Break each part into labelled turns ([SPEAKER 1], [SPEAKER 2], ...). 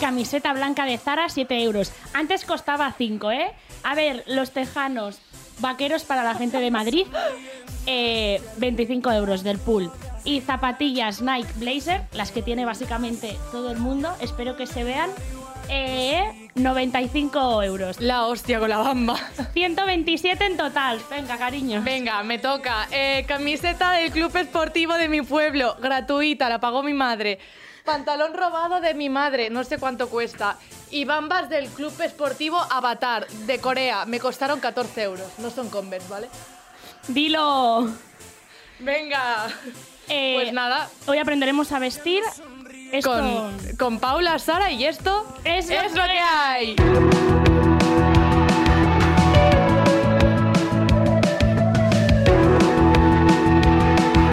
[SPEAKER 1] Camiseta blanca de Zara, 7 euros. Antes costaba 5, ¿eh? A ver, los tejanos, vaqueros para la gente de Madrid, eh, 25 euros del pool. Y zapatillas Nike Blazer, las que tiene básicamente todo el mundo, espero que se vean, eh, 95 euros.
[SPEAKER 2] La hostia con la bamba.
[SPEAKER 1] 127 en total. Venga, cariño.
[SPEAKER 2] Venga, me toca. Eh, camiseta del club esportivo de mi pueblo, gratuita, la pagó mi madre. Pantalón robado de mi madre, no sé cuánto cuesta. Y bambas del club esportivo Avatar, de Corea, me costaron 14 euros. No son Converse, ¿vale?
[SPEAKER 1] Dilo.
[SPEAKER 2] Venga.
[SPEAKER 1] Eh,
[SPEAKER 2] pues nada,
[SPEAKER 1] Hoy aprenderemos a vestir. Esto
[SPEAKER 2] con, con Paula, Sara y esto
[SPEAKER 1] Es lo
[SPEAKER 2] es lo
[SPEAKER 1] que
[SPEAKER 2] que hay.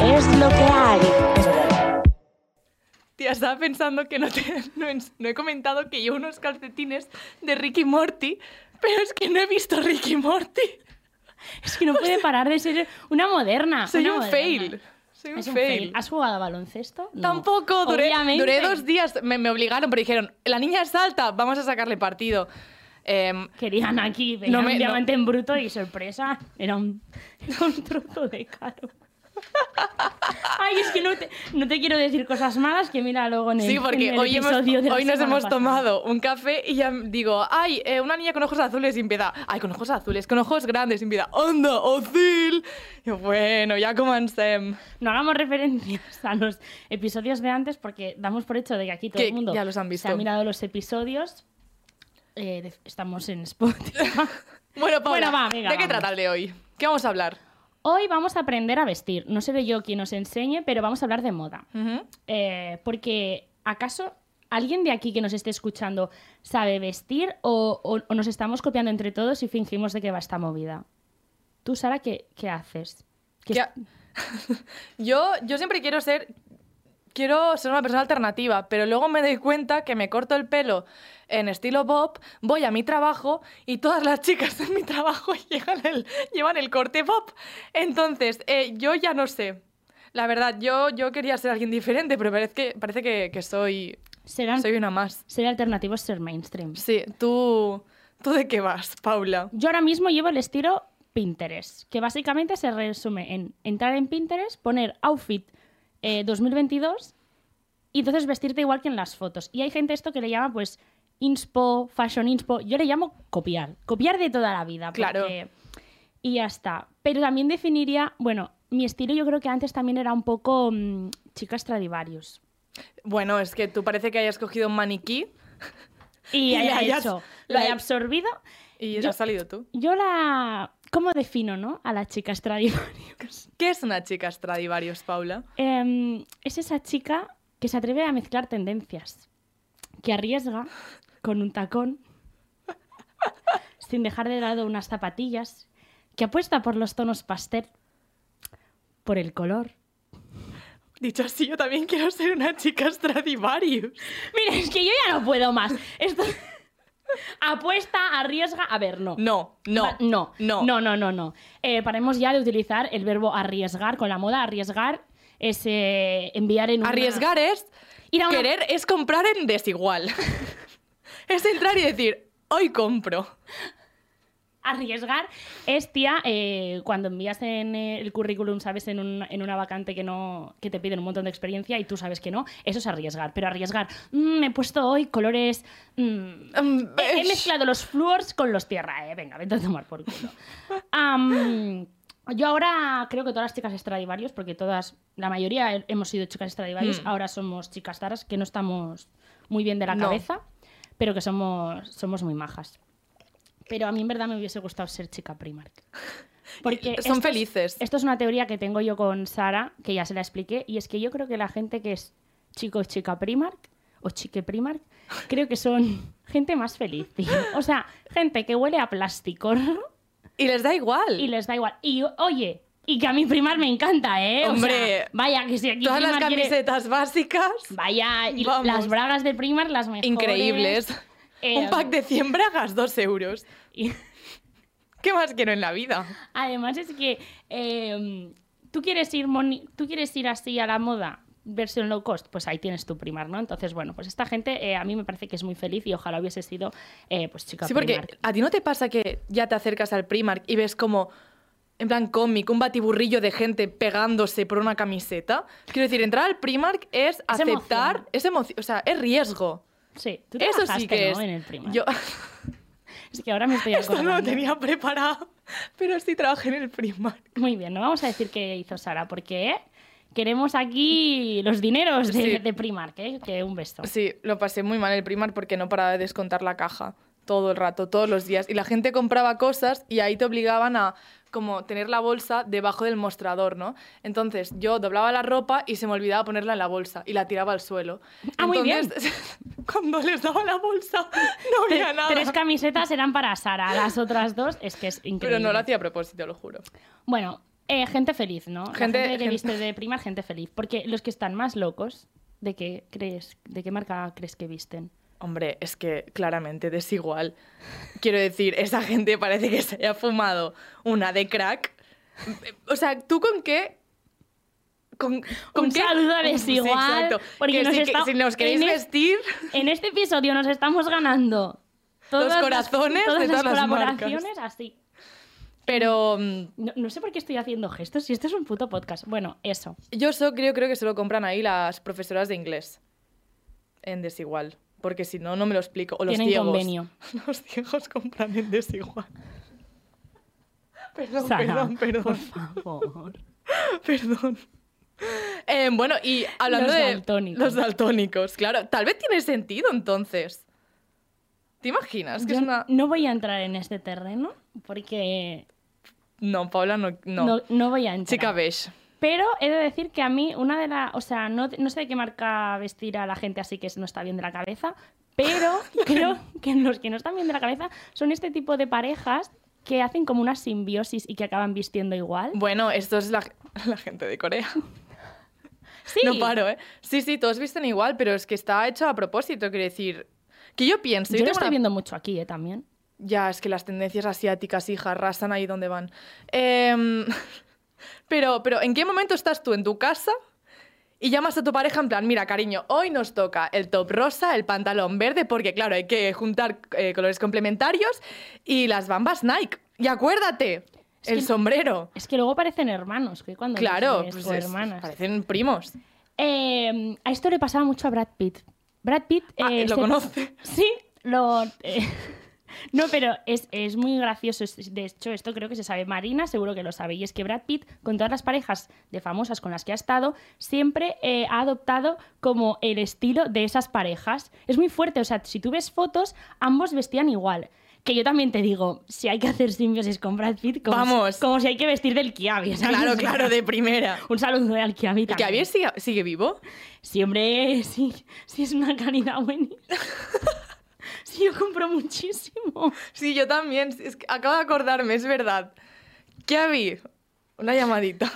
[SPEAKER 3] Es lo que hay.
[SPEAKER 2] Tía, estaba pensando que no, te- no he- no he comentado que llevo unos calcetines de Ricky Morty, pero es que no he visto Ricky Morty.
[SPEAKER 1] es que no puede parar de ser una moderna.
[SPEAKER 2] Soy
[SPEAKER 1] una
[SPEAKER 2] un
[SPEAKER 1] moderna.
[SPEAKER 2] fail. Soy un,
[SPEAKER 1] Es un
[SPEAKER 2] fail.
[SPEAKER 1] fail. ¿Has jugado a baloncesto? No.
[SPEAKER 2] Tampoco, duré,
[SPEAKER 1] Obviamente.
[SPEAKER 2] duré dos días, me, me obligaron, pero dijeron, la niña es alta, vamos a sacarle partido. Em,
[SPEAKER 1] Querían aquí,
[SPEAKER 2] No
[SPEAKER 1] veían
[SPEAKER 2] me-
[SPEAKER 1] un
[SPEAKER 2] no.
[SPEAKER 1] diamante en bruto y sorpresa, era un, era un trozo de caro. Ay, es que no te, no te quiero decir cosas malas que mira luego en el,
[SPEAKER 2] sí, porque
[SPEAKER 1] en el
[SPEAKER 2] hoy, hemos-
[SPEAKER 1] episodio de la
[SPEAKER 2] hoy nos
[SPEAKER 1] semana
[SPEAKER 2] hemos
[SPEAKER 1] pasada.
[SPEAKER 2] tomado un café y ya digo, ay, eh, una niña con ojos azules sin piedad. Ay, con ojos azules, con ojos grandes sin piedad. ¡Onda, Ozil! Y yo, bueno, ya comencem.
[SPEAKER 1] No hagamos referencias a los episodios de antes porque damos por hecho de que aquí todo
[SPEAKER 2] Que
[SPEAKER 1] el mundo
[SPEAKER 2] ya los han visto.
[SPEAKER 1] se ha mirado los episodios. Eh, de- estamos en Spotify.
[SPEAKER 2] Bueno, Paula,
[SPEAKER 1] Bueno, va, venga,
[SPEAKER 2] ¿de qué
[SPEAKER 1] vamos.
[SPEAKER 2] trata el de hoy? ¿Qué vamos a hablar?
[SPEAKER 1] Hoy vamos a aprender a vestir. No seré yo quien os enseñe, pero vamos a hablar de moda.
[SPEAKER 2] Ujú.
[SPEAKER 1] Eh, porque, ¿acaso alguien de aquí que nos esté escuchando sabe vestir o, o- o nos estamos copiando entre todos y fingimos de que va esta movida? Tú, Sara, ¿qué, qué haces? ¿Qué-
[SPEAKER 2] Ya. yo, yo siempre quiero ser. Quiero ser una persona alternativa, pero luego me doy cuenta que me corto el pelo en estilo Bob, voy a mi trabajo y todas las chicas en mi trabajo llevan el, llevan el corte Bob. Entonces, eh, yo ya no sé. La verdad, yo, yo quería ser alguien diferente, pero parece que, parece que, que soy,
[SPEAKER 1] Serán,
[SPEAKER 2] soy una más.
[SPEAKER 1] ser alternativo es ser mainstream.
[SPEAKER 2] Sí, tú, ¿tú de qué vas, Paula?
[SPEAKER 1] Yo ahora mismo llevo el estilo Pinterest, que básicamente se resume en entrar en Pinterest, poner outfit eh, 2022 y entonces vestirte igual que en las fotos. Y hay gente esto que le llama pues inspo, fashion inspo, yo le llamo copiar, copiar de toda la vida.
[SPEAKER 2] Claro.
[SPEAKER 1] porque- Y ya está. Pero también definiría, bueno, mi estilo yo creo que antes también era un poco mm, chica Stradivarius.
[SPEAKER 2] Bueno, es que tú parece que hayas cogido un maniquí
[SPEAKER 1] Y,
[SPEAKER 2] Y
[SPEAKER 1] haya
[SPEAKER 2] la hayas-
[SPEAKER 1] hecho, lo
[SPEAKER 2] la
[SPEAKER 1] he
[SPEAKER 2] hay-
[SPEAKER 1] absorbido.
[SPEAKER 2] y
[SPEAKER 1] Yo-
[SPEAKER 2] has salido tú.
[SPEAKER 1] Yo la... ¿Cómo defino, no? A la chica Stradivarius.
[SPEAKER 2] ¿Qué es una chica Stradivarius, Paula?
[SPEAKER 1] Em, es esa chica que se atreve a mezclar tendencias, que arriesga con un tacón, sin dejar de lado unas zapatillas, que apuesta por los tonos pastel, por el color.
[SPEAKER 2] Dicho así, yo también quiero ser una chica Stradivarius.
[SPEAKER 1] Mira, es que yo ya no puedo más. Esto... Apuesta, arriesga. A ver, no.
[SPEAKER 2] No, no,
[SPEAKER 1] Va- Ah, no,
[SPEAKER 2] no.
[SPEAKER 1] no, no, no, no. Eh, paremos ya de utilizar el verbo arriesgar con la moda. Arriesgar es eh, enviar en una...
[SPEAKER 2] Arriesgar es
[SPEAKER 1] Ir a una-
[SPEAKER 2] querer es comprar en desigual. es entrar y decir, hoy compro.
[SPEAKER 1] Arriesgar es, tía, eh, cuando envías en eh, el currículum, sabes, en, un- en una vacante que no que te piden un montón de experiencia y tú sabes que no, eso es arriesgar. Pero arriesgar, mm, me he puesto hoy colores... mm,
[SPEAKER 2] Mm,
[SPEAKER 1] he, he
[SPEAKER 2] eh,
[SPEAKER 1] mezclado los fluors con los tierra, eh. Venga, vete a tomar por culo. Am, yo ahora creo que todas las chicas Stradivarius, porque todas, la mayoría he- hemos sido chicas Stradivarius,
[SPEAKER 2] Hmm.
[SPEAKER 1] ahora somos chicas taras que no estamos muy bien de la
[SPEAKER 2] No.
[SPEAKER 1] cabeza, pero que somos, somos muy majas. Pero a mí en verdad me hubiese gustado ser chica Primark. Porque esto
[SPEAKER 2] Son
[SPEAKER 1] es-
[SPEAKER 2] felices.
[SPEAKER 1] esto es una teoría que tengo yo con Sara, que ya se la expliqué, y es que yo creo que la gente que es chico o chica Primark, o chique Primark, creo que son gente más feliz, tío. O sea, gente que huele a plástico
[SPEAKER 2] Y les da igual.
[SPEAKER 1] y les da igual. Y oye, y que a mí Primark me encanta, ¿eh? O
[SPEAKER 2] Hombre,
[SPEAKER 1] sea, vaya, que si aquí
[SPEAKER 2] Todas las
[SPEAKER 1] Primark quiere-
[SPEAKER 2] camisetas básicas,
[SPEAKER 1] Vaya, y
[SPEAKER 2] Vamos.
[SPEAKER 1] las bragas de Primark las mejores.
[SPEAKER 2] increíbles.
[SPEAKER 1] Eh,
[SPEAKER 2] Un pack de 100 bragas, 2 euros.
[SPEAKER 1] y-
[SPEAKER 2] ¿Qué más quiero en la vida?
[SPEAKER 1] em, Además es que eh, tú quieres ir moni- tú quieres ir así a la moda, versión low cost, pues ahí tienes tu primar, ¿no? Entonces, bueno, pues esta gente eh, a mí me parece que es muy feliz y ojalá hubiese sido, eh, pues chica
[SPEAKER 2] Sí, porque
[SPEAKER 1] Primark.
[SPEAKER 2] a ti no te pasa que ya te acercas al Primark y ves como, en plan cómic, un batiburrillo de gente pegándose por una camiseta. Quiero decir, entrar al Primark es, aceptar,
[SPEAKER 1] emoción.
[SPEAKER 2] es emoción, o sea, es riesgo.
[SPEAKER 1] Sí, tú
[SPEAKER 2] Eso sí
[SPEAKER 1] trabajaste,
[SPEAKER 2] que
[SPEAKER 1] ¿no?
[SPEAKER 2] es.
[SPEAKER 1] en el Primark.
[SPEAKER 2] Yo
[SPEAKER 1] Es que ahora me estoy
[SPEAKER 2] esto no
[SPEAKER 1] acordando.
[SPEAKER 2] lo tenía preparado, pero sí trabajé en el Primark.
[SPEAKER 1] Muy bien, no vamos a decir qué hizo Sara, porque queremos aquí los dineros de,
[SPEAKER 2] Sí.
[SPEAKER 1] de Primark, ¿eh? Que un beso.
[SPEAKER 2] Sí, lo pasé muy mal el primar porque no paraba de descontar la caja todo el rato, todos los días. Y la gente compraba cosas y ahí te obligaban a como tener la bolsa debajo del mostrador, ¿no? Entonces yo doblaba la ropa y se me olvidaba ponerla en la bolsa y la tiraba al suelo.
[SPEAKER 1] Ah, muy bien.
[SPEAKER 2] Entonces, cuando les daba la bolsa no
[SPEAKER 1] Tre-
[SPEAKER 2] había nada.
[SPEAKER 1] Tres camisetas eran para Sara, las otras dos es que es increíble.
[SPEAKER 2] Pero no lo hacía a propósito, lo juro.
[SPEAKER 1] Bueno, eh, gente feliz, ¿no? La Gente,
[SPEAKER 2] Gente-
[SPEAKER 1] que
[SPEAKER 2] gen-
[SPEAKER 1] viste de Primark, gente feliz. Porque los que están más locos, ¿de qué crees? ¿De qué marca crees que visten?
[SPEAKER 2] Hombre, es que claramente desigual. Quiero decir, esa gente parece que se haya fumado una de crack. O sea, ¿tú con qué? ¿Con, con
[SPEAKER 1] Un
[SPEAKER 2] qué?
[SPEAKER 1] saludo a
[SPEAKER 2] Sí,
[SPEAKER 1] desigual,
[SPEAKER 2] exacto.
[SPEAKER 1] porque
[SPEAKER 2] Que
[SPEAKER 1] nos
[SPEAKER 2] si, que
[SPEAKER 1] está-
[SPEAKER 2] si nos queréis
[SPEAKER 1] en es-
[SPEAKER 2] vestir,
[SPEAKER 1] En este episodio nos estamos ganando todos
[SPEAKER 2] corazones de todas las
[SPEAKER 1] colaboraciones así.
[SPEAKER 2] pero mm,
[SPEAKER 1] No, no sé por qué estoy haciendo gestos, si esto es un puto podcast. Bueno, eso.
[SPEAKER 2] yo so- creo, creo que se lo compran ahí las profesoras de inglés. En desigual. Porque si no, no me lo explico. O los
[SPEAKER 1] Tienen
[SPEAKER 2] ciegos.
[SPEAKER 1] convenio.
[SPEAKER 2] Los ciegos compran en desigual. Perdón,
[SPEAKER 1] Sara,
[SPEAKER 2] perdón, perdón.
[SPEAKER 1] Por favor.
[SPEAKER 2] Perdón. Eh, bueno, y hablando
[SPEAKER 1] Los
[SPEAKER 2] de
[SPEAKER 1] daltónicos.
[SPEAKER 2] los daltónicos, claro, tal vez tiene sentido entonces. ¿Te imaginas que
[SPEAKER 1] Yo
[SPEAKER 2] es una
[SPEAKER 1] No voy a entrar en este terreno porque
[SPEAKER 2] No, Paula no no.
[SPEAKER 1] no, no voy a entrar.
[SPEAKER 2] Chica beige.
[SPEAKER 1] Pero he de decir que a mí una de las... O sea, no, no sé de qué marca vestir a la gente así que no está bien de la cabeza, pero creo que los que no están bien de la cabeza son este tipo de parejas que hacen como una simbiosis y que acaban vistiendo igual.
[SPEAKER 2] Bueno, esto es la, la gente de Corea.
[SPEAKER 1] Sí,
[SPEAKER 2] No paro, ¿eh? Sí, sí, todos visten igual, pero es que está hecho a propósito, quiero decir, que yo pienso,
[SPEAKER 1] yo
[SPEAKER 2] yo
[SPEAKER 1] lo
[SPEAKER 2] tengo
[SPEAKER 1] estoy
[SPEAKER 2] una-
[SPEAKER 1] viendo mucho aquí, ¿eh? También.
[SPEAKER 2] Ya, es que las tendencias asiáticas, hija, arrasan ahí donde van. Em, pero, pero, ¿en qué momento estás tú en tu casa y llamas a tu pareja en plan, mira, cariño, hoy nos toca el top rosa, el pantalón verde, porque claro, hay que juntar eh, colores complementarios y las bambas Nike. Y acuérdate,
[SPEAKER 1] Es
[SPEAKER 2] el
[SPEAKER 1] que-
[SPEAKER 2] sombrero.
[SPEAKER 1] Es que luego parecen hermanos, que cuando les
[SPEAKER 2] Claro,
[SPEAKER 1] ves,
[SPEAKER 2] pues
[SPEAKER 1] o
[SPEAKER 2] es-
[SPEAKER 1] hermanas.
[SPEAKER 2] parecen primos.
[SPEAKER 1] Eh, a esto le pasaba mucho a Brad Pitt. Brad Pitt...
[SPEAKER 2] Ah,
[SPEAKER 1] eh,
[SPEAKER 2] lo
[SPEAKER 1] se-
[SPEAKER 2] conoce.
[SPEAKER 1] Sí, lo... eh, No, pero es, es muy gracioso. Es- De hecho, esto creo que se sabe. Marina seguro que lo sabe. Y es que Brad Pitt, con todas las parejas de famosas con las que ha estado, siempre eh, ha adoptado como el estilo de esas parejas. Es muy fuerte. O sea, si tú ves fotos, ambos vestían igual. Que yo también te digo, si hay que hacer simbiosis con Brad Pitt, como,
[SPEAKER 2] Vamos.
[SPEAKER 1] como si hay que vestir del Kiabi. ¿sabes?
[SPEAKER 2] Claro, claro, de primera.
[SPEAKER 1] Un saludo al Kiabi.
[SPEAKER 2] ¿El que
[SPEAKER 1] también.
[SPEAKER 2] Javier sigue, sigue vivo?
[SPEAKER 1] Sí, hombre, sí, sí es una calidad buenísima. Sí, yo compro muchísimo.
[SPEAKER 2] Sí, yo también. Sí, Es que acabo de acordarme, es verdad. ¿Qué había? Una llamadita.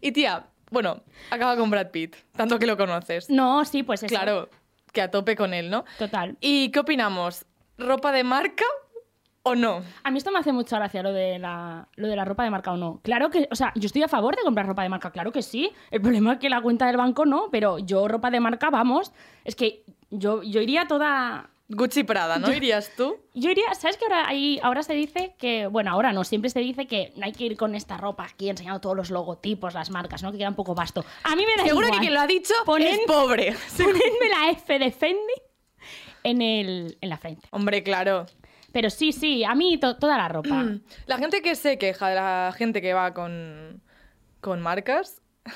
[SPEAKER 2] Y tía, bueno, acaba con Brad Pitt, tanto que lo conoces.
[SPEAKER 1] No, sí, pues eso.
[SPEAKER 2] Claro, que a tope con él, ¿no?
[SPEAKER 1] Total.
[SPEAKER 2] ¿Y qué opinamos? ¿Ropa de marca o no?
[SPEAKER 1] A mí esto me hace mucha gracia lo de la, lo de la ropa de marca o no. Claro que, o sea, yo estoy a favor de comprar ropa de marca, claro que sí. El problema es que la cuenta del banco no, pero yo ropa de marca, vamos, es que yo, yo iría toda...
[SPEAKER 2] Gucci Prada, ¿no? ¿Irías tú?
[SPEAKER 1] Yo iría, ¿sabes que ahora, hay, ahora se dice que, bueno, ahora no, siempre se dice que hay que ir con esta ropa aquí enseñando todos los logotipos, las marcas, ¿no? Que queda un poco vasto. A mí me da
[SPEAKER 2] Seguro que
[SPEAKER 1] igual.
[SPEAKER 2] quien lo ha dicho es
[SPEAKER 1] Ponen-
[SPEAKER 2] pobre.
[SPEAKER 1] ponerme la F de Fendi en, el, en la frente.
[SPEAKER 2] Hombre, claro.
[SPEAKER 1] Pero sí, sí, a mí to- toda la ropa.
[SPEAKER 2] La gente que se queja de la gente que va con, con marcas,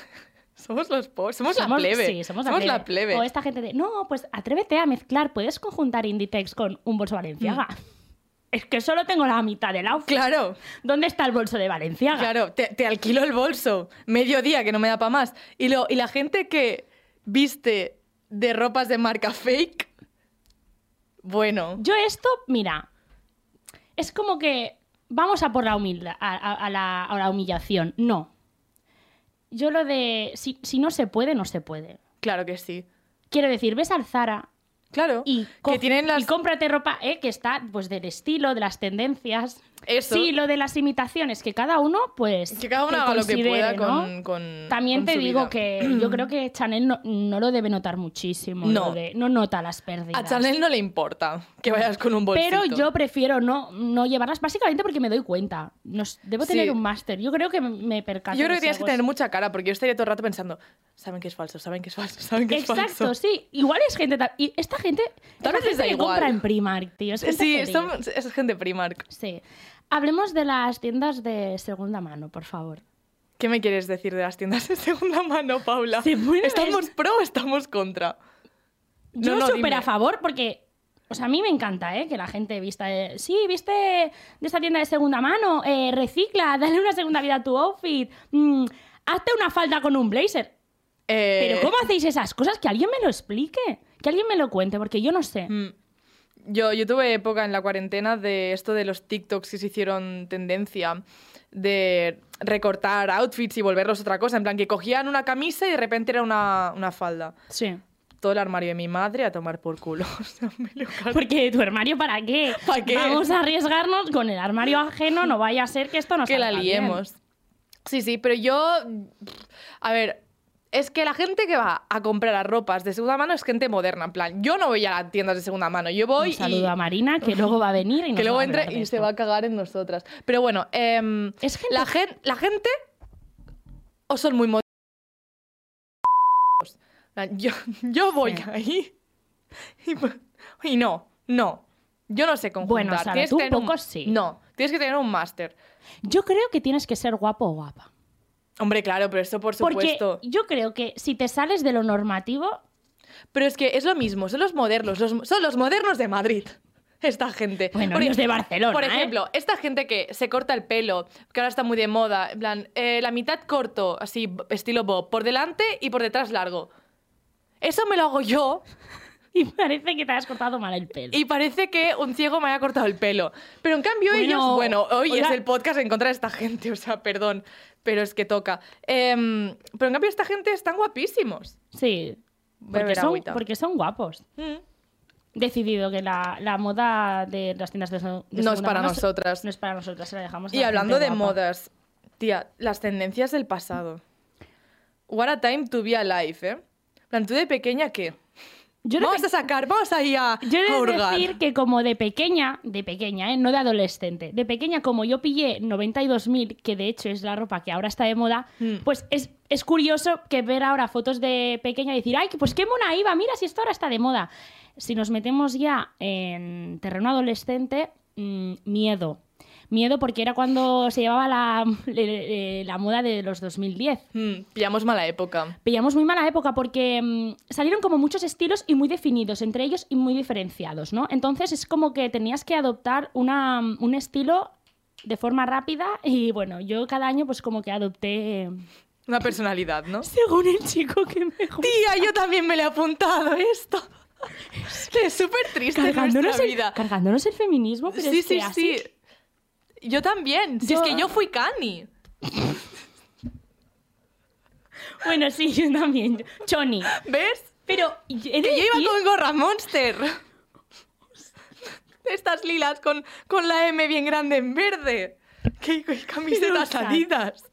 [SPEAKER 2] somos los pobres, somos, la plebe.
[SPEAKER 1] sí, somos la plebe.
[SPEAKER 2] plebe.
[SPEAKER 1] O esta gente de, no, pues atrévete a mezclar, puedes conjuntar Inditex con un bolso Valenciaga. Es que solo tengo la mitad del outfit.
[SPEAKER 2] Mm. Claro.
[SPEAKER 1] ¿Dónde está el bolso de Valenciaga?
[SPEAKER 2] Claro, te, te alquilo el bolso. Mediodía, que no me da para más. Y, lo, y la gente que viste de ropas de marca fake. Bueno,
[SPEAKER 1] Yo esto, mira, es como que vamos a por la, humilda, a, a- a la, a la humillación. No. Yo lo de, si, si no se puede, no se puede.
[SPEAKER 2] claro que sí.
[SPEAKER 1] Quiero decir, ves al Zara
[SPEAKER 2] Claro.
[SPEAKER 1] y,
[SPEAKER 2] que
[SPEAKER 1] coge-
[SPEAKER 2] tienen las.
[SPEAKER 1] y cómprate ropa eh, que está pues del estilo, de las tendencias.
[SPEAKER 2] Eso.
[SPEAKER 1] Sí, lo de las imitaciones, que cada uno, pues.
[SPEAKER 2] Que cada uno haga lo que pueda
[SPEAKER 1] considere, ¿no?
[SPEAKER 2] con, con-
[SPEAKER 1] También
[SPEAKER 2] con
[SPEAKER 1] te
[SPEAKER 2] su
[SPEAKER 1] digo
[SPEAKER 2] vida.
[SPEAKER 1] que yo creo que Chanel no, no lo debe notar muchísimo.
[SPEAKER 2] No.
[SPEAKER 1] lo de- no nota las pérdidas.
[SPEAKER 2] A Chanel no le importa que vayas con un bolsito.
[SPEAKER 1] Pero yo prefiero no, no llevarlas, básicamente porque me doy cuenta. Nos, debo
[SPEAKER 2] Sí.
[SPEAKER 1] tener un máster. Yo creo que me- me percato.
[SPEAKER 2] Yo
[SPEAKER 1] de
[SPEAKER 2] creo que tienes
[SPEAKER 1] si
[SPEAKER 2] que
[SPEAKER 1] hago
[SPEAKER 2] tener
[SPEAKER 1] eso.
[SPEAKER 2] mucha cara, porque yo estaría todo el rato pensando, saben que es falso, saben que es falso, saben que es
[SPEAKER 1] Exacto,
[SPEAKER 2] falso.
[SPEAKER 1] sí. Igual es gente. ta- Y esta gente. Tal
[SPEAKER 2] Tal vez les da igual.
[SPEAKER 1] compra en Primark, tío. Es gente
[SPEAKER 2] Sí,
[SPEAKER 1] feliz.
[SPEAKER 2] son- es gente Primark.
[SPEAKER 1] Sí. Hablemos de las tiendas de segunda mano, por favor.
[SPEAKER 2] ¿Qué me quieres decir de las tiendas de segunda mano, Paula?
[SPEAKER 1] Se puede-
[SPEAKER 2] ¿Estamos pro o estamos contra?
[SPEAKER 1] Yo
[SPEAKER 2] No, no,
[SPEAKER 1] súper
[SPEAKER 2] dime.
[SPEAKER 1] a favor porque. O sea, a mí me encanta, ¿eh? Que la gente vista de... Sí, viste de esta tienda de segunda mano, eh, recicla, dale una segunda vida a tu outfit, mm, hazte una falda con un blazer.
[SPEAKER 2] Eh,
[SPEAKER 1] Pero ¿cómo hacéis esas cosas? Que alguien me lo explique, que alguien me lo cuente, porque yo no sé.
[SPEAKER 2] mm, Yo, yo tuve época en la cuarentena de esto de los TikToks que se hicieron tendencia, de recortar outfits y volverlos otra cosa. En plan, que cogían una camisa y de repente era una, una falda.
[SPEAKER 1] Sí.
[SPEAKER 2] Todo el armario de mi madre a tomar por culo. O sea, me lo cargo.
[SPEAKER 1] Porque tu armario, ¿para qué?
[SPEAKER 2] ¿Pa' qué?
[SPEAKER 1] Vamos a arriesgarnos con el armario ajeno, no vaya a ser que esto nos
[SPEAKER 2] que la liemos. Sí, sí, pero yo. A ver, es que la gente que va a comprar a ropas de segunda mano es gente moderna. En plan, yo no voy a las tiendas de segunda mano. Yo voy.
[SPEAKER 1] Un saludo a
[SPEAKER 2] y,
[SPEAKER 1] Marina, que luego va a venir y nos
[SPEAKER 2] que luego
[SPEAKER 1] va a hablar
[SPEAKER 2] entre
[SPEAKER 1] de
[SPEAKER 2] y se
[SPEAKER 1] esto.
[SPEAKER 2] va a cagar en nosotras. Pero bueno, em,
[SPEAKER 1] Es gente-
[SPEAKER 2] la, gen- la gente o son muy modernos. Yo, yo voy
[SPEAKER 1] Sí.
[SPEAKER 2] ahí y, pa- y no, no. Yo no sé conjuntar.
[SPEAKER 1] Bueno, Sara,
[SPEAKER 2] Tienes
[SPEAKER 1] tú
[SPEAKER 2] que tener
[SPEAKER 1] un poco sí.
[SPEAKER 2] No, tienes que tener un máster.
[SPEAKER 1] Yo creo que tienes que ser guapo o guapa.
[SPEAKER 2] Hombre, claro, pero esto por supuesto.
[SPEAKER 1] Porque yo creo que si te sales de lo normativo,
[SPEAKER 2] Pero es que es lo mismo, son los modernos, los- son los modernos de Madrid. Esta gente.
[SPEAKER 1] Bueno,
[SPEAKER 2] Por
[SPEAKER 1] los
[SPEAKER 2] ej-
[SPEAKER 1] de Barcelona,
[SPEAKER 2] Por
[SPEAKER 1] ¿eh?
[SPEAKER 2] ejemplo, esta gente que se corta el pelo, que ahora está muy de moda, en plan, eh, la mitad corto, así, b- estilo Bob, por delante y por detrás largo. Eso me lo hago yo
[SPEAKER 1] y parece que te has cortado mal el pelo.
[SPEAKER 2] y parece que un ciego me haya cortado el pelo. Pero en cambio
[SPEAKER 1] Bueno,
[SPEAKER 2] ellos, bueno, hoy
[SPEAKER 1] oiga-
[SPEAKER 2] es el podcast en contra de esta gente, o sea, perdón, pero es que toca. Em, pero en cambio esta gente están guapísimos.
[SPEAKER 1] Sí. Porque
[SPEAKER 2] Beber
[SPEAKER 1] son,
[SPEAKER 2] agüita.
[SPEAKER 1] porque son guapos.
[SPEAKER 2] Mm.
[SPEAKER 1] Decidido que la, la moda de las tiendas de, se- de
[SPEAKER 2] No es
[SPEAKER 1] segunda
[SPEAKER 2] para
[SPEAKER 1] mano se-
[SPEAKER 2] nosotras.
[SPEAKER 1] No es para nosotras, se la dejamos. a
[SPEAKER 2] Y
[SPEAKER 1] la
[SPEAKER 2] hablando
[SPEAKER 1] gente
[SPEAKER 2] de
[SPEAKER 1] guapa.
[SPEAKER 2] modas, tía, las tendencias del pasado. What a time to be alive, ¿eh? En plan, tú de pequeña, ¿qué?
[SPEAKER 1] Yo
[SPEAKER 2] vamos
[SPEAKER 1] de,
[SPEAKER 2] a sacar, vamos ahí a,
[SPEAKER 1] yo he de
[SPEAKER 2] a hurgar.
[SPEAKER 1] decir que como de pequeña, de pequeña, ¿eh? no de adolescente, de pequeña como yo pillé 92.000, que de hecho es la ropa que ahora está de moda,
[SPEAKER 2] Mm.
[SPEAKER 1] pues es, es curioso que ver ahora fotos de pequeña y decir, ay, pues qué mona iba, mira si esto ahora está de moda. Si nos metemos ya en terreno adolescente, mm, miedo. Miedo porque era cuando se llevaba la, eh, eh, la moda de los 2010
[SPEAKER 2] Mm, pillamos mala época.
[SPEAKER 1] pillamos muy mala época porque mm, salieron como muchos estilos y muy definidos entre ellos y muy diferenciados, ¿no? Entonces es como que tenías que adoptar una, mm, un estilo de forma rápida y bueno, yo cada año pues como que adopté eh,
[SPEAKER 2] Una personalidad, ¿no?
[SPEAKER 1] según el chico que me gusta.
[SPEAKER 2] Tía, yo también me le he apuntado esto. Que es súper triste
[SPEAKER 1] cargándonos,
[SPEAKER 2] nuestra
[SPEAKER 1] el,
[SPEAKER 2] vida.
[SPEAKER 1] cargándonos el feminismo, pero
[SPEAKER 2] sí,
[SPEAKER 1] es que
[SPEAKER 2] sí,
[SPEAKER 1] así-
[SPEAKER 2] sí. Yo también. Si
[SPEAKER 1] Yo-
[SPEAKER 2] es que yo fui Cani.
[SPEAKER 1] Bueno, sí, yo también. Choni.
[SPEAKER 2] ¿Ves?
[SPEAKER 1] Pero ¿eh? he de
[SPEAKER 2] Que yo
[SPEAKER 1] decir-
[SPEAKER 2] iba con gorra Monster. Estas lilas con, con la M bien grande en verde. Que que camisetas
[SPEAKER 1] Ilusa.
[SPEAKER 2] adidas.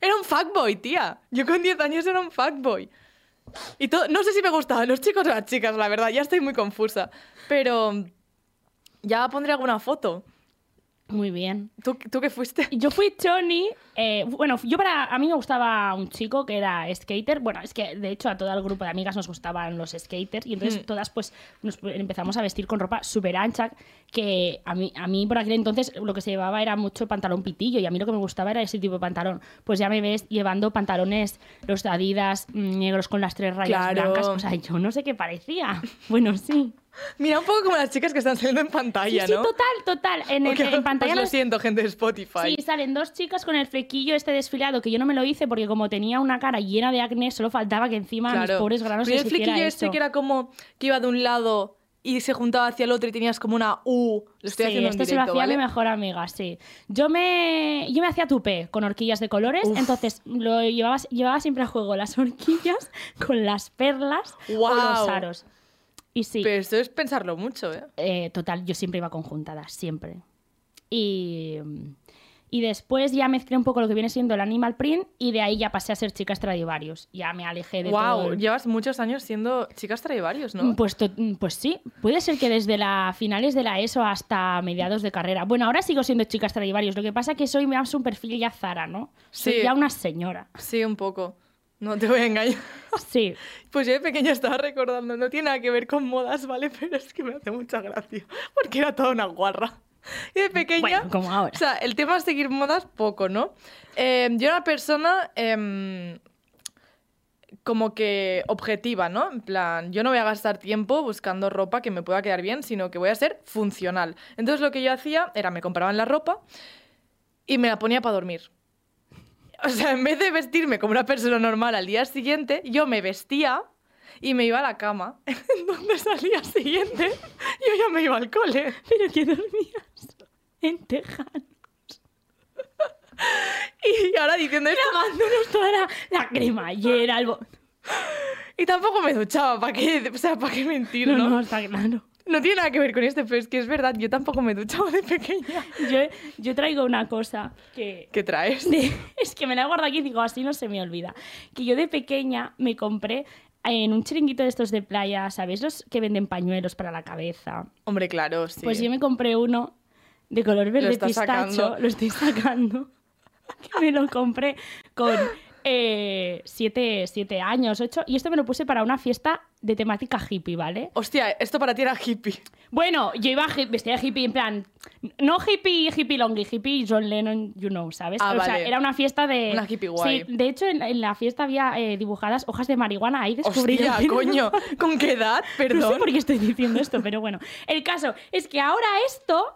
[SPEAKER 2] Era un fuckboy, tía. Yo con 10 años era un fuckboy. Y todo, no sé si me gustaban los chicos o las chicas, la verdad. Ya estoy muy confusa. Pero ya pondré alguna foto.
[SPEAKER 1] Muy bien.
[SPEAKER 2] ¿Tú, tú qué fuiste?
[SPEAKER 1] Yo fui Choni. eh, bueno, yo para. A mí me gustaba un chico que era skater. Bueno, es que de hecho a todo el grupo de amigas nos gustaban los skaters. Y entonces
[SPEAKER 2] Mm.
[SPEAKER 1] todas, pues, nos empezamos a vestir con ropa súper ancha. Que a mí, a mí por aquel entonces lo que se llevaba era mucho pantalón pitillo. Y a mí lo que me gustaba era ese tipo de pantalón. Pues ya me ves llevando pantalones, los de Adidas mm, negros con las tres rayas
[SPEAKER 2] Claro.
[SPEAKER 1] blancas. O sea, yo no sé qué parecía. Bueno, sí.
[SPEAKER 2] Mira, un poco como las chicas que están saliendo en
[SPEAKER 1] Sí,
[SPEAKER 2] pantalla,
[SPEAKER 1] sí,
[SPEAKER 2] ¿no?
[SPEAKER 1] total, total. En, el-
[SPEAKER 2] Ok,
[SPEAKER 1] en pantalla
[SPEAKER 2] pues lo
[SPEAKER 1] las-
[SPEAKER 2] siento, gente de Spotify.
[SPEAKER 1] Sí, salen dos chicas con el flequillo este desfilado, que yo no me lo hice porque como tenía una cara llena de acné, solo faltaba que encima a mis pobres granos
[SPEAKER 2] Pero
[SPEAKER 1] les
[SPEAKER 2] el
[SPEAKER 1] hiciera
[SPEAKER 2] flequillo
[SPEAKER 1] esto.
[SPEAKER 2] este que era como que iba de un lado y se juntaba hacia el otro y tenías como una U. Lo estoy
[SPEAKER 1] sí,
[SPEAKER 2] haciendo en
[SPEAKER 1] este se lo
[SPEAKER 2] directo,
[SPEAKER 1] hacía
[SPEAKER 2] ¿vale?
[SPEAKER 1] mi mejor amiga, sí. Yo me, yo me hacía tupé con horquillas de colores, entonces lo llevaba, llevaba siempre a juego las horquillas con las perlas o los
[SPEAKER 2] Guau.
[SPEAKER 1] aros. Y sí,
[SPEAKER 2] Pero esto es pensarlo mucho, ¿eh?
[SPEAKER 1] eh, total, yo siempre iba conjuntada, siempre. Y, y después ya mezclé un poco lo que viene siendo el animal print y de ahí ya pasé a ser chica Stradivarius. Ya me alejé de
[SPEAKER 2] wow,
[SPEAKER 1] todo. el-
[SPEAKER 2] llevas muchos años siendo chicas Stradivarius, ¿no?
[SPEAKER 1] Pues, to- pues sí, puede ser que desde la finales de la ESO hasta mediados de carrera. Bueno, ahora sigo siendo chica Stradivarius, lo que pasa que soy más un perfil ya Zara, ¿no? Soy
[SPEAKER 2] Sí.
[SPEAKER 1] ya una señora.
[SPEAKER 2] Sí, un poco. No te voy a engañar.
[SPEAKER 1] Sí.
[SPEAKER 2] Pues yo de pequeña estaba recordando, no tiene nada que ver con modas, ¿vale? Pero es que me hace mucha gracia, porque era toda una guarra. Y de pequeña...
[SPEAKER 1] Bueno, como ahora.
[SPEAKER 2] O sea, el tema de seguir modas, poco, ¿no? Eh, yo era una persona em, como que objetiva, ¿no? En plan, yo no voy a gastar tiempo buscando ropa que me pueda quedar bien, sino que voy a ser funcional. Entonces lo que yo hacía era me compraban la ropa y me la ponía para dormir. O sea, en vez de vestirme como una persona normal al día siguiente, yo me vestía y me iba a la cama. Entonces al día siguiente yo ya me iba al cole.
[SPEAKER 1] Pero que dormías en Tejano.
[SPEAKER 2] Y ahora diciendo esto...
[SPEAKER 1] Pagándonos toda la, la cremallera, el bo-
[SPEAKER 2] Y tampoco me duchaba, ¿para qué? O sea, ¿para qué mentir,
[SPEAKER 1] No,
[SPEAKER 2] no?
[SPEAKER 1] no,
[SPEAKER 2] No,
[SPEAKER 1] está claro.
[SPEAKER 2] tiene nada que ver con esto, pero es que es verdad, yo tampoco me duchaba de pequeña.
[SPEAKER 1] Yo, yo traigo una cosa que...
[SPEAKER 2] ¿Qué traes?
[SPEAKER 1] de- es que me la he guardado aquí y digo, así no se me olvida. Que yo de pequeña me compré en un chiringuito de estos de playa, ¿sabéis? Los que venden pañuelos para la cabeza.
[SPEAKER 2] Hombre, claro, sí.
[SPEAKER 1] Pues yo me compré uno de color verde
[SPEAKER 2] estás
[SPEAKER 1] pistacho,
[SPEAKER 2] sacando.
[SPEAKER 1] lo estoy sacando. Que me lo compré con eh, siete, siete años, ocho, y esto me lo puse para una fiesta de temática hippie, ¿vale?
[SPEAKER 2] Hostia, esto para ti era hippie.
[SPEAKER 1] Bueno, yo iba hi- vestida de hippie en plan, no hippie, hippie longy, hippie John Lennon, you know, ¿sabes?
[SPEAKER 2] Ah,
[SPEAKER 1] o sea,
[SPEAKER 2] vale.
[SPEAKER 1] era una fiesta de...
[SPEAKER 2] Una hippie guay.
[SPEAKER 1] Sí, de hecho en, en la fiesta había eh, dibujadas hojas de marihuana, ahí descubrí...
[SPEAKER 2] Hostia,
[SPEAKER 1] que-
[SPEAKER 2] coño. ¿Con qué edad? Perdón.
[SPEAKER 1] No sé por qué estoy diciendo esto, pero bueno. El caso es que ahora esto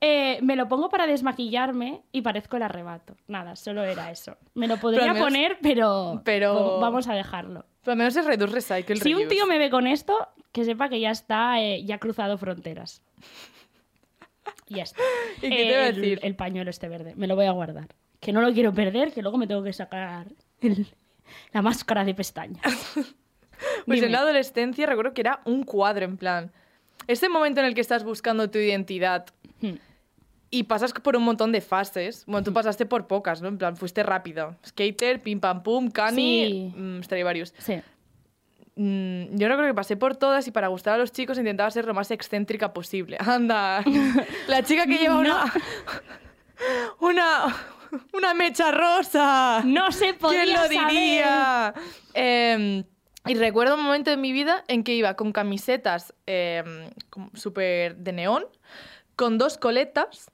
[SPEAKER 1] eh, me lo pongo para desmaquillarme y parezco el arrebato. Nada, solo era eso. Me lo podría
[SPEAKER 2] Pero al menos-
[SPEAKER 1] poner, pero,
[SPEAKER 2] pero-
[SPEAKER 1] po- vamos a dejarlo.
[SPEAKER 2] Pero al menos es reduce, recycle,
[SPEAKER 1] Si un
[SPEAKER 2] reuse.
[SPEAKER 1] tío me ve con esto, que sepa que ya está, eh, ya ha cruzado fronteras. Ya está. Eh,
[SPEAKER 2] ¿Y qué te iba a
[SPEAKER 1] El-
[SPEAKER 2] decir?
[SPEAKER 1] El pañuelo este verde. Me lo voy a guardar. Que no lo quiero perder, que luego me tengo que sacar el- la máscara de pestaña.
[SPEAKER 2] Pues
[SPEAKER 1] Dime.
[SPEAKER 2] en la adolescencia recuerdo que era un cuadro, en plan. Este momento en el que estás buscando tu identidad
[SPEAKER 1] Hmm.
[SPEAKER 2] y pasas por un montón de fases. Bueno, tú pasaste por pocas, ¿no? En plan, fuiste rápido. Skater, pim pam pum, cani,
[SPEAKER 1] Sí.
[SPEAKER 2] mm, Stradivarius.
[SPEAKER 1] Sí.
[SPEAKER 2] Mm, yo no creo que pasé por todas y para gustar a los chicos intentaba ser lo más excéntrica posible. Anda, la chica que lleva una, una, una mecha rosa.
[SPEAKER 1] No se podía
[SPEAKER 2] ¿Quién lo
[SPEAKER 1] saber.
[SPEAKER 2] diría? Eh, y recuerdo un momento en mi vida en que iba con camisetas eh, como súper de neón, con dos coletas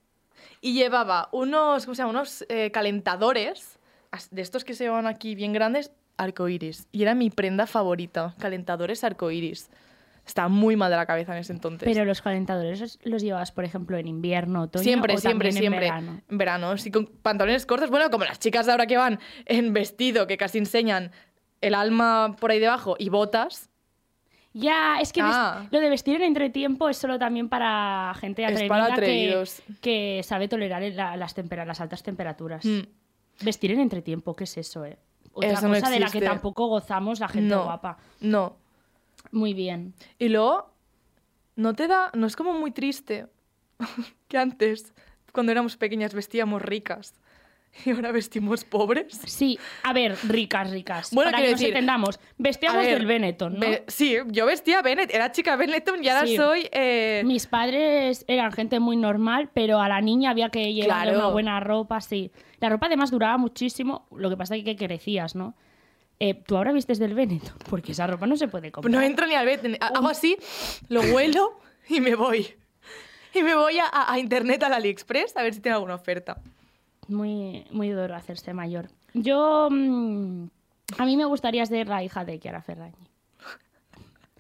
[SPEAKER 2] y llevaba unos, ¿cómo se llama? unos eh, calentadores, as- de estos que se llevan aquí bien grandes, arcoíris. Y era mi prenda favorita, calentadores arcoíris. Estaba muy mal de la cabeza en ese entonces.
[SPEAKER 1] Pero los calentadores ¿los- los llevabas, por ejemplo, en invierno, otoño
[SPEAKER 2] Siempre,
[SPEAKER 1] o
[SPEAKER 2] siempre,
[SPEAKER 1] también en
[SPEAKER 2] siempre.
[SPEAKER 1] verano?
[SPEAKER 2] En verano, sí, con pantalones cortos. Bueno, como las chicas de ahora que van en vestido, que casi enseñan el alma por ahí debajo y botas.
[SPEAKER 1] Ya, es que ves-
[SPEAKER 2] Ah.
[SPEAKER 1] lo de vestir en entretiempo es solo también para gente
[SPEAKER 2] Es
[SPEAKER 1] atrevida
[SPEAKER 2] para
[SPEAKER 1] que-
[SPEAKER 2] atrevidos.
[SPEAKER 1] Que, sabe tolerar el- la- las, tempera- las altas temperaturas.
[SPEAKER 2] Mm.
[SPEAKER 1] Vestir en entretiempo, ¿qué es eso, eh? Otra
[SPEAKER 2] Eso
[SPEAKER 1] cosa
[SPEAKER 2] no
[SPEAKER 1] de la que
[SPEAKER 2] existe.
[SPEAKER 1] tampoco gozamos la gente
[SPEAKER 2] No.
[SPEAKER 1] guapa.
[SPEAKER 2] No.
[SPEAKER 1] Muy bien.
[SPEAKER 2] Y luego, no te da, no es como muy triste que antes, cuando éramos pequeñas, vestíamos ricas y ahora vestimos pobres.
[SPEAKER 1] Sí, a ver, ricas, ricas.
[SPEAKER 2] Bueno,
[SPEAKER 1] para que
[SPEAKER 2] quiero
[SPEAKER 1] nos
[SPEAKER 2] decir,
[SPEAKER 1] entendamos.
[SPEAKER 2] A
[SPEAKER 1] Vestíamos
[SPEAKER 2] ver,
[SPEAKER 1] del Benetton, ¿no?
[SPEAKER 2] ve- sí, yo vestía Bennett, era chica Benetton y ahora
[SPEAKER 1] Sí.
[SPEAKER 2] soy... eh,
[SPEAKER 1] Mis padres eran gente muy normal, pero a la niña había que llevarle
[SPEAKER 2] Claro.
[SPEAKER 1] una buena ropa, sí. La ropa además duraba muchísimo, lo que pasa es que crecías, ¿no? Eh, Tú ahora vistes del Benetton, porque esa ropa no se puede comprar.
[SPEAKER 2] No entro ni al Benetton. Ha- Hago así, lo huelo y me voy. Y me voy a, a internet, al AliExpress, a ver si tiene alguna oferta.
[SPEAKER 1] Muy, muy duro hacerse mayor. Yo... mm, a mí me gustaría ser la hija de Chiara Ferragni.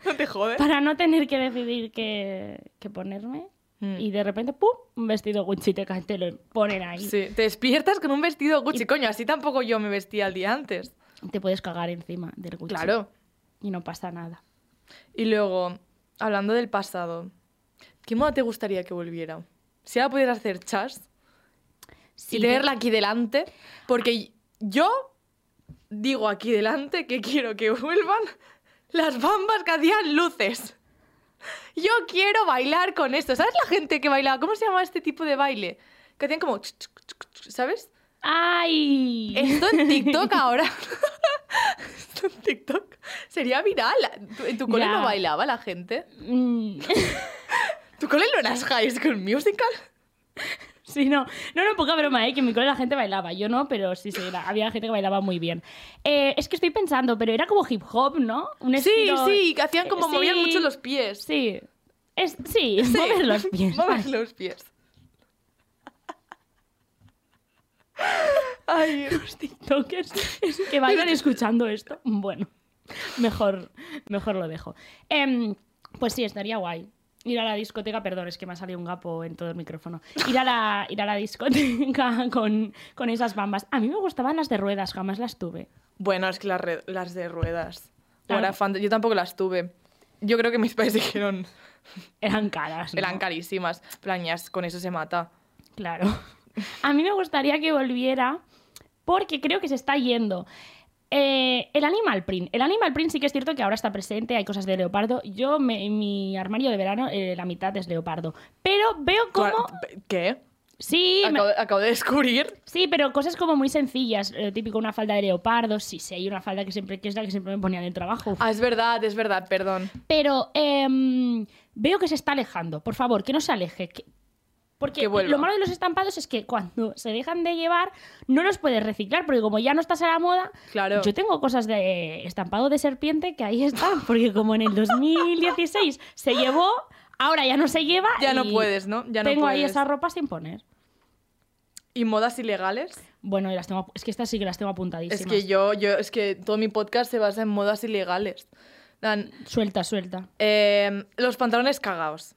[SPEAKER 2] No te jodes.
[SPEAKER 1] Para no tener que decidir qué, qué ponerme
[SPEAKER 2] Mm.
[SPEAKER 1] y de repente, ¡pum!, un vestido Gucci te, ca- te lo ponen ahí.
[SPEAKER 2] Sí, te despiertas con un vestido Gucci, coño, así tampoco yo me vestía el día antes.
[SPEAKER 1] Te puedes cagar encima del Gucci.
[SPEAKER 2] Claro.
[SPEAKER 1] Y no pasa nada.
[SPEAKER 2] Y luego, hablando del pasado, ¿qué moda te gustaría que volviera? Si ahora pudieras hacer chas
[SPEAKER 1] Sí,
[SPEAKER 2] y
[SPEAKER 1] yo-
[SPEAKER 2] tenerla aquí delante, porque yo digo aquí delante que quiero que vuelvan las bambas que hacían luces. Yo quiero bailar con esto. ¿Sabes la gente que bailaba? ¿Cómo se llamaba este tipo de baile? Que hacían como... ch, ch, ch, ch, ¿Sabes?
[SPEAKER 1] ¡Ay!
[SPEAKER 2] Esto en TikTok ahora. Esto en TikTok sería viral. ¿Tu- ¿En tu cole
[SPEAKER 1] Ya.
[SPEAKER 2] no bailaba la gente?
[SPEAKER 1] Mm.
[SPEAKER 2] ¿Tu cole no eras high school musical?
[SPEAKER 1] Sí, no. No, no, poca broma, ¿eh? Que en mi cole la gente bailaba. Yo no, pero sí, sí, era- había gente que bailaba muy bien. Eh, es que estoy pensando, pero era como hip hop, ¿no? Un
[SPEAKER 2] Sí,
[SPEAKER 1] estilo-
[SPEAKER 2] sí, que hacían como
[SPEAKER 1] Sí.
[SPEAKER 2] movían mucho los pies.
[SPEAKER 1] Sí. Es, sí, mover los pies.
[SPEAKER 2] Mover los pies. Ay,
[SPEAKER 1] Los TikTokers que vayan escuchando esto. Bueno, mejor, mejor lo dejo. Em, pues sí, estaría guay. Ir a la discoteca, perdón, es que me ha salido un gapo en todo el micrófono. Ir a la, ir a la discoteca con, con esas bambas. A mí me gustaban las de ruedas, jamás las tuve.
[SPEAKER 2] Bueno, es que las, re- las de ruedas.
[SPEAKER 1] Claro.
[SPEAKER 2] Yo era fan de- Yo tampoco las tuve. Yo creo que mis padres dijeron,
[SPEAKER 1] Eran caras. ¿no?
[SPEAKER 2] eran carísimas. Plañas, con eso se mata.
[SPEAKER 1] Claro. A mí me gustaría que volviera porque creo que se está yendo. Eh, el Animal Print. El Animal Print sí que es cierto que ahora está presente, hay cosas de leopardo. Yo, me- en mi armario de verano, eh, la mitad es leopardo. Pero veo como...
[SPEAKER 2] ¿Qué?
[SPEAKER 1] Sí, me-
[SPEAKER 2] Acabo, acabo de descubrir.
[SPEAKER 1] sí, pero cosas como muy sencillas. eh, típico una falda de leopardo. Sí, sí, hay una falda que siempre que es la que siempre me ponía en el trabajo.
[SPEAKER 2] Ah, es verdad, es verdad, perdón.
[SPEAKER 1] Pero em, veo que se está alejando. Por favor, que no se aleje. que- Porque
[SPEAKER 2] Que vuelva.
[SPEAKER 1] lo malo de los estampados es que cuando se dejan de llevar, no los puedes reciclar. Porque como ya no estás a la moda,
[SPEAKER 2] Claro.
[SPEAKER 1] yo tengo cosas de estampado de serpiente que ahí están. Porque como en el 2016 se llevó, ahora ya no se lleva.
[SPEAKER 2] Ya no
[SPEAKER 1] y
[SPEAKER 2] puedes, ¿no? Ya no
[SPEAKER 1] tengo ahí
[SPEAKER 2] puedes.
[SPEAKER 1] esa ropa sin poner.
[SPEAKER 2] ¿Y modas ilegales?
[SPEAKER 1] Bueno, y las tengo, es que estas sí que las tengo apuntadísimas.
[SPEAKER 2] Es que yo, yo, es que todo mi podcast se basa en modas ilegales. Dan,
[SPEAKER 1] Suelta, suelta.
[SPEAKER 2] eh, los pantalones cagados.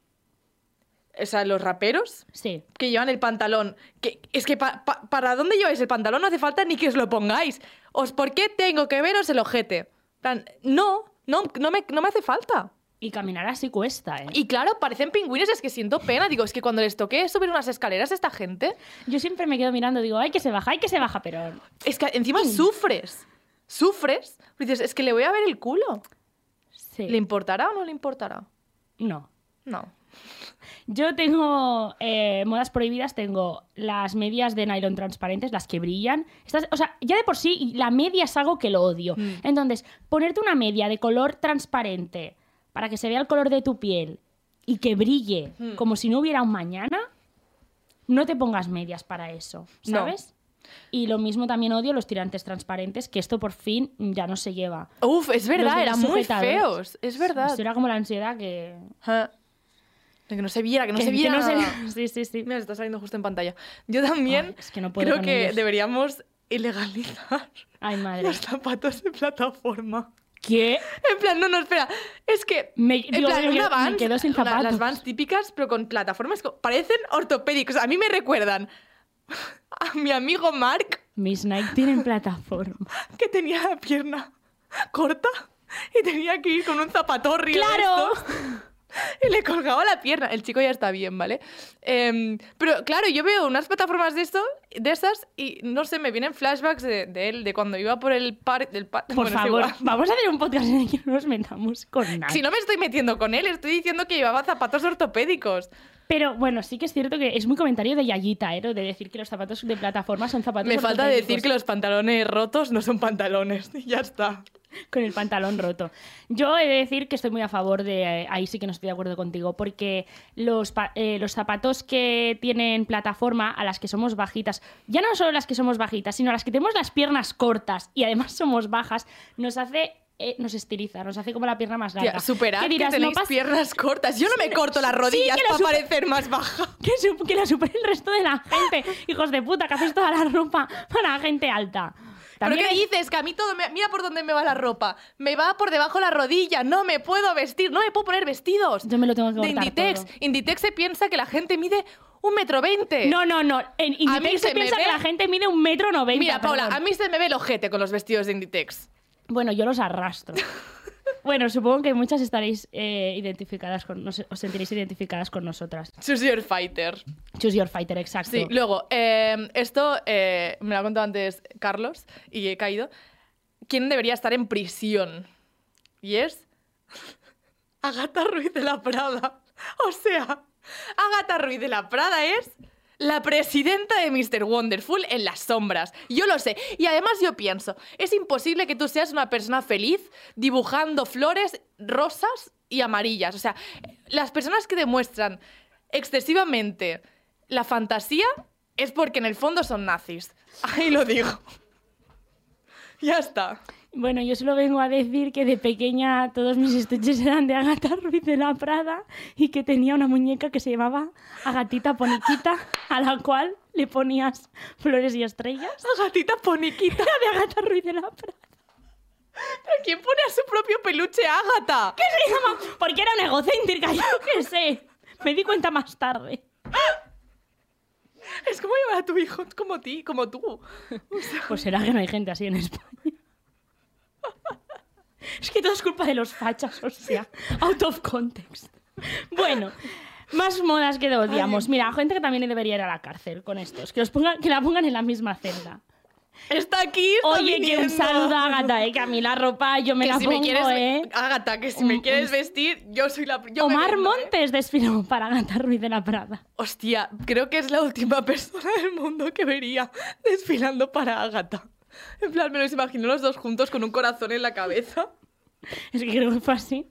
[SPEAKER 2] O sea, los raperos
[SPEAKER 1] Sí.
[SPEAKER 2] que llevan el pantalón. Que, es que pa- pa- para dónde lleváis el pantalón no hace falta ni que os lo pongáis. Os, ¿Por qué tengo que veros el ojete? Tan, no, no, no, me, no me hace falta.
[SPEAKER 1] Y caminar así cuesta, ¿eh?
[SPEAKER 2] Y claro, parecen pingüines, es que siento pena. Digo, es que cuando les toqué subir unas escaleras a esta gente,
[SPEAKER 1] Yo siempre me quedo mirando, digo, ay que se baja, ay que se baja, pero
[SPEAKER 2] es que encima sufres. Sufres. Y Dices, es que le voy a ver el culo.
[SPEAKER 1] sí.
[SPEAKER 2] ¿Le importará o no le importará?
[SPEAKER 1] No.
[SPEAKER 2] No.
[SPEAKER 1] Yo tengo eh, modas prohibidas, tengo las medias de nylon transparentes, las que brillan. Estas, o sea, ya de por sí la media es algo que lo odio.
[SPEAKER 2] Mm.
[SPEAKER 1] Entonces, ponerte una media de color transparente para que se vea el color de tu piel y que brille
[SPEAKER 2] Mm.
[SPEAKER 1] como si no hubiera un mañana, no te pongas medias para eso,
[SPEAKER 2] No.
[SPEAKER 1] ¿sabes? Y lo mismo también odio los tirantes transparentes, que esto por fin ya no se lleva.
[SPEAKER 2] Uf, es verdad,
[SPEAKER 1] de
[SPEAKER 2] eran
[SPEAKER 1] los
[SPEAKER 2] muy
[SPEAKER 1] sujetadores.
[SPEAKER 2] feos. Es verdad.
[SPEAKER 1] Esto era como la ansiedad que...
[SPEAKER 2] Ah. De Que no se viera, que no
[SPEAKER 1] que-
[SPEAKER 2] se
[SPEAKER 1] que
[SPEAKER 2] viera.
[SPEAKER 1] no se viera. Sí, sí, sí.
[SPEAKER 2] Mira, se está saliendo justo en pantalla. Yo también
[SPEAKER 1] Ay, es que no puedo
[SPEAKER 2] creo
[SPEAKER 1] con
[SPEAKER 2] que
[SPEAKER 1] ellos.
[SPEAKER 2] deberíamos ilegalizar
[SPEAKER 1] Ay, madre.
[SPEAKER 2] los zapatos de plataforma.
[SPEAKER 1] ¿Qué?
[SPEAKER 2] En plan, no, no, espera. Es que.
[SPEAKER 1] Me-
[SPEAKER 2] en
[SPEAKER 1] digo,
[SPEAKER 2] plan,
[SPEAKER 1] me
[SPEAKER 2] una
[SPEAKER 1] quedo- me
[SPEAKER 2] Vans,
[SPEAKER 1] quedo sin
[SPEAKER 2] una-
[SPEAKER 1] zapatos.
[SPEAKER 2] las vans típicas, pero con plataformas. co- Parecen ortopédicos. A mí me recuerdan a mi amigo Mark,
[SPEAKER 1] Mis Nike tienen plataforma.
[SPEAKER 2] que tenía la pierna corta y tenía que ir con un zapatorrio. de
[SPEAKER 1] ¡Claro!
[SPEAKER 2] estos. Y le colgaba la pierna. El chico ya está bien, ¿vale? Em, pero claro, yo veo unas plataformas de, esto, de esas y no sé, me vienen flashbacks de, de él, de cuando iba por el parque. Del par-
[SPEAKER 1] Por
[SPEAKER 2] bueno, es
[SPEAKER 1] favor,
[SPEAKER 2] igual.
[SPEAKER 1] vamos a hacer un podcast en el que no nos metamos con nada.
[SPEAKER 2] Si no me estoy metiendo con él, estoy diciendo que llevaba zapatos ortopédicos.
[SPEAKER 1] Pero bueno, sí que es cierto que es muy comentario de Yayita, ¿eh? lo De decir que los zapatos de plataforma son zapatos
[SPEAKER 2] Me falta decir
[SPEAKER 1] ortopédicos
[SPEAKER 2] que los pantalones rotos no son pantalones. Y ya está.
[SPEAKER 1] Con el pantalón roto. Yo he de decir que estoy muy a favor de... eh, Ahí sí que no estoy de acuerdo contigo, porque los, pa- eh, los zapatos que tienen plataforma, a las que somos bajitas, ya no solo las que somos bajitas, sino las que tenemos las piernas cortas y además somos bajas, nos hace... eh, nos estiliza, nos hace como la pierna más larga.
[SPEAKER 2] Tía, superad
[SPEAKER 1] ¿Qué
[SPEAKER 2] que
[SPEAKER 1] dirás?
[SPEAKER 2] tenéis
[SPEAKER 1] no pasa
[SPEAKER 2] piernas cortas. Yo no me corto las
[SPEAKER 1] sí,
[SPEAKER 2] rodillas
[SPEAKER 1] que lo
[SPEAKER 2] para
[SPEAKER 1] super-
[SPEAKER 2] parecer más baja.
[SPEAKER 1] Que, su- que la supere el resto de la gente. Hijos de puta, que hacéis toda la ropa para la gente alta.
[SPEAKER 2] ¿Pero
[SPEAKER 1] También
[SPEAKER 2] qué
[SPEAKER 1] hay-
[SPEAKER 2] dices? Que a mí todo me- Mira por dónde me va la ropa. Me va por debajo la rodilla. No me puedo vestir. No me puedo poner vestidos.
[SPEAKER 1] Yo me lo tengo que
[SPEAKER 2] De
[SPEAKER 1] cortar
[SPEAKER 2] Inditex.
[SPEAKER 1] todo.
[SPEAKER 2] Inditex se piensa que la gente mide un metro veinte.
[SPEAKER 1] No, no, no. En Inditex
[SPEAKER 2] se
[SPEAKER 1] se
[SPEAKER 2] me
[SPEAKER 1] piensa
[SPEAKER 2] ve-
[SPEAKER 1] que la gente mide un metro noventa.
[SPEAKER 2] Mira, Paula,
[SPEAKER 1] perdón.
[SPEAKER 2] a mí se me ve el ojete con los vestidos de Inditex.
[SPEAKER 1] Bueno, yo los arrastro. bueno, supongo que muchas estaréis eh, identificadas con... nos- os sentiréis identificadas con nosotras.
[SPEAKER 2] Choose your fighter.
[SPEAKER 1] Choose your fighter, exacto.
[SPEAKER 2] Sí, luego, eh, esto eh, me lo ha contado antes Carlos y he caído. ¿Quién debería estar en prisión? Y es Agata Ruiz de la Prada. O sea, Agata Ruiz de la Prada es la presidenta de Mr. Wonderful en las sombras. Yo lo sé. Y además yo pienso, es imposible que tú seas una persona feliz dibujando flores rosas y amarillas. O sea, las personas que demuestran excesivamente la fantasía es porque en el fondo son nazis. Ahí lo digo. Ya está.
[SPEAKER 1] Bueno, yo solo vengo a decir que de pequeña todos mis estuches eran de Agatha Ruiz de la Prada y que tenía una muñeca que se llamaba Agatita Poniquita, a la cual le ponías flores y estrellas.
[SPEAKER 2] Agatita Poniquita.
[SPEAKER 1] Era de Agatha Ruiz de la Prada.
[SPEAKER 2] ¿Pero quién pone a su propio peluche Ágata?
[SPEAKER 1] ¿Qué se llama? Porque era una egocéntrica, yo qué sé. Me di cuenta más tarde.
[SPEAKER 2] Es como llevar a tu hijo como ti, como tú.
[SPEAKER 1] Pues será que no hay gente así en España. Es que todo es culpa de los fachas, o sea, out of context. Bueno, más modas que odiamos. Mira, gente que también debería ir a la cárcel con estos, que, los pongan, que la pongan en la misma celda.
[SPEAKER 2] Está aquí, está
[SPEAKER 1] Oye, que un
[SPEAKER 2] viniendo.
[SPEAKER 1] saludo a Agatha, eh, que a mí la ropa yo me
[SPEAKER 2] que
[SPEAKER 1] la
[SPEAKER 2] si
[SPEAKER 1] pongo,
[SPEAKER 2] me quieres,
[SPEAKER 1] eh.
[SPEAKER 2] Ágata, que si
[SPEAKER 1] Un-
[SPEAKER 2] me quieres
[SPEAKER 1] un-
[SPEAKER 2] vestir, yo soy la. yo me
[SPEAKER 1] Omar
[SPEAKER 2] vendo, ¿eh?
[SPEAKER 1] Montes desfiló para Agatha Ruiz de la Prada.
[SPEAKER 2] Hostia, creo que es la última persona del mundo que vería desfilando para Ágata. En plan, me los imagino los dos juntos con un corazón en la cabeza.
[SPEAKER 1] Es que creo que fue así.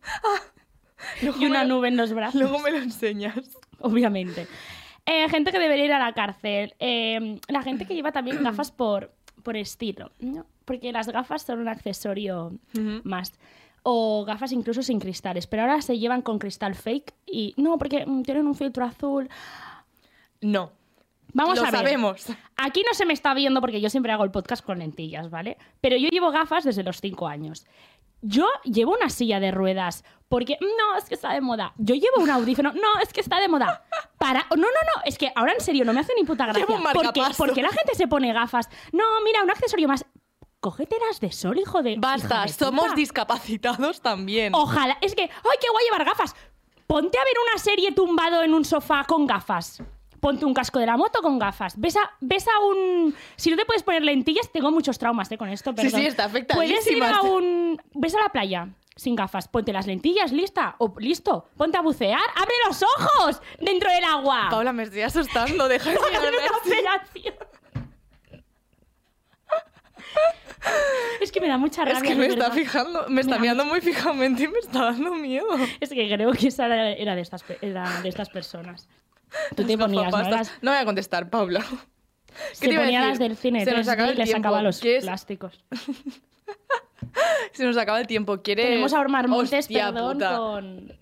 [SPEAKER 2] Luego
[SPEAKER 1] Y una
[SPEAKER 2] me Ah, lo-
[SPEAKER 1] nube en los brazos.
[SPEAKER 2] Luego me lo enseñas.
[SPEAKER 1] obviamente. Eh, gente que debería ir a la cárcel. Eh, la gente que lleva también gafas por, por estilo, ¿no? Porque las gafas son un accesorio
[SPEAKER 2] Ujú.
[SPEAKER 1] más. O gafas incluso sin cristales. Pero ahora se llevan con cristal fake y. No, porque mm, tienen un filtro azul.
[SPEAKER 2] No.
[SPEAKER 1] Vamos
[SPEAKER 2] lo
[SPEAKER 1] a ver.
[SPEAKER 2] sabemos.
[SPEAKER 1] Aquí no se me está viendo porque yo siempre hago el podcast con lentillas, ¿vale? Pero yo llevo gafas desde los 5 años. Yo llevo una silla de ruedas porque no, es que está de moda. Yo llevo un audífono, no, es que está de moda. Para, no, no, no, es que ahora en serio no me hace ni puta gracia.
[SPEAKER 2] Llevo un
[SPEAKER 1] ¿Por qué?
[SPEAKER 2] marcapasos.
[SPEAKER 1] ¿Por qué la gente se pone gafas? No, mira, un accesorio más. Cógetelas de sol, hijo de. hija
[SPEAKER 2] Basta,
[SPEAKER 1] de
[SPEAKER 2] somos
[SPEAKER 1] puta. Oh,
[SPEAKER 2] discapacitados también.
[SPEAKER 1] Ojalá, es que, ¡ay, qué guay llevar gafas! Ponte a ver una serie tumbado en un sofá con gafas. Ponte un casco de la moto con gafas. Ves a, ves a un... Si no te puedes poner lentillas, tengo muchos traumas eh, con esto,
[SPEAKER 2] Sí,
[SPEAKER 1] perdón.
[SPEAKER 2] sí, está
[SPEAKER 1] Puedes ir a
[SPEAKER 2] afectadísima.
[SPEAKER 1] un... Ves a la playa sin gafas. Ponte las lentillas, lista. O listo. Ponte a bucear. ¡Abre los ojos! Dentro del agua.
[SPEAKER 2] Paula, me estoy asustando, deja de
[SPEAKER 1] Hacer
[SPEAKER 2] mirarme
[SPEAKER 1] una
[SPEAKER 2] así.
[SPEAKER 1] operación. es que me da mucha rabia.
[SPEAKER 2] Es que
[SPEAKER 1] de
[SPEAKER 2] me está
[SPEAKER 1] verdad.
[SPEAKER 2] fijando, me está
[SPEAKER 1] da
[SPEAKER 2] mirando muy fijamente y me está dando miedo.
[SPEAKER 1] Es que creo que Sara era de estas, pe- era de estas personas. Tú te
[SPEAKER 2] Las
[SPEAKER 1] ponías, ¿no?
[SPEAKER 2] gafapastas.
[SPEAKER 1] Las-
[SPEAKER 2] No voy a contestar, Paula.
[SPEAKER 1] se
[SPEAKER 2] te iba a
[SPEAKER 1] ponía
[SPEAKER 2] decir?
[SPEAKER 1] las del cine
[SPEAKER 2] Se nos
[SPEAKER 1] 3D
[SPEAKER 2] acaba
[SPEAKER 1] y
[SPEAKER 2] el
[SPEAKER 1] le
[SPEAKER 2] tiempo.
[SPEAKER 1] sacaba los
[SPEAKER 2] ¿Qué es?
[SPEAKER 1] plásticos.
[SPEAKER 2] Se nos acaba el tiempo. ¿Quieres?
[SPEAKER 1] Tenemos a Omar Montes,
[SPEAKER 2] Hostia
[SPEAKER 1] perdón,
[SPEAKER 2] puta.
[SPEAKER 1] con...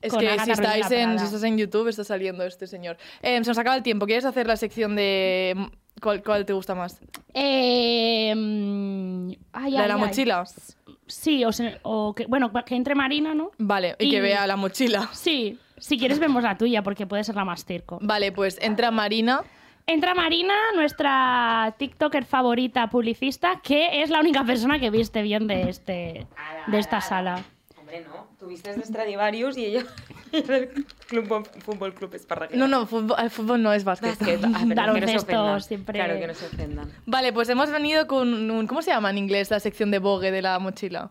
[SPEAKER 2] Es
[SPEAKER 1] con
[SPEAKER 2] que
[SPEAKER 1] Agatha
[SPEAKER 2] si
[SPEAKER 1] Ruiz de la
[SPEAKER 2] estáis en,
[SPEAKER 1] Prada.
[SPEAKER 2] si estás en YouTube está saliendo este señor. Eh, se nos acaba el tiempo. ¿Quieres hacer la sección de cuál, cuál te gusta más?
[SPEAKER 1] Eh, mm, ay,
[SPEAKER 2] ¿La de
[SPEAKER 1] ay,
[SPEAKER 2] la
[SPEAKER 1] ay.
[SPEAKER 2] mochila?
[SPEAKER 1] Sí, o, se- o que, bueno, que entre Marina, ¿no?
[SPEAKER 2] Vale, y,
[SPEAKER 1] Y-
[SPEAKER 2] que vea la mochila.
[SPEAKER 1] Sí, si quieres vemos la tuya, porque puede ser la más circo.
[SPEAKER 2] Vale, pues entra Marina.
[SPEAKER 1] Entra Marina, nuestra TikToker favorita publicista, que es la única persona que viste bien de, este,
[SPEAKER 4] Ala,
[SPEAKER 1] de
[SPEAKER 4] ala,
[SPEAKER 1] esta
[SPEAKER 4] ala.
[SPEAKER 1] sala.
[SPEAKER 4] Hombre, no. Tuviste de Stradivarius y ella era el club, Fútbol Club Esparraguera.
[SPEAKER 2] No, no, fútbol, el fútbol no es básquet.
[SPEAKER 4] Básquet. Ah, perdón, que no se
[SPEAKER 1] Baloncesto,
[SPEAKER 4] ofendan.
[SPEAKER 1] siempre-
[SPEAKER 4] Claro, que no se ofendan.
[SPEAKER 2] Vale, pues hemos venido con un... ¿Cómo se llama en inglés la sección de Vogue de la mochila?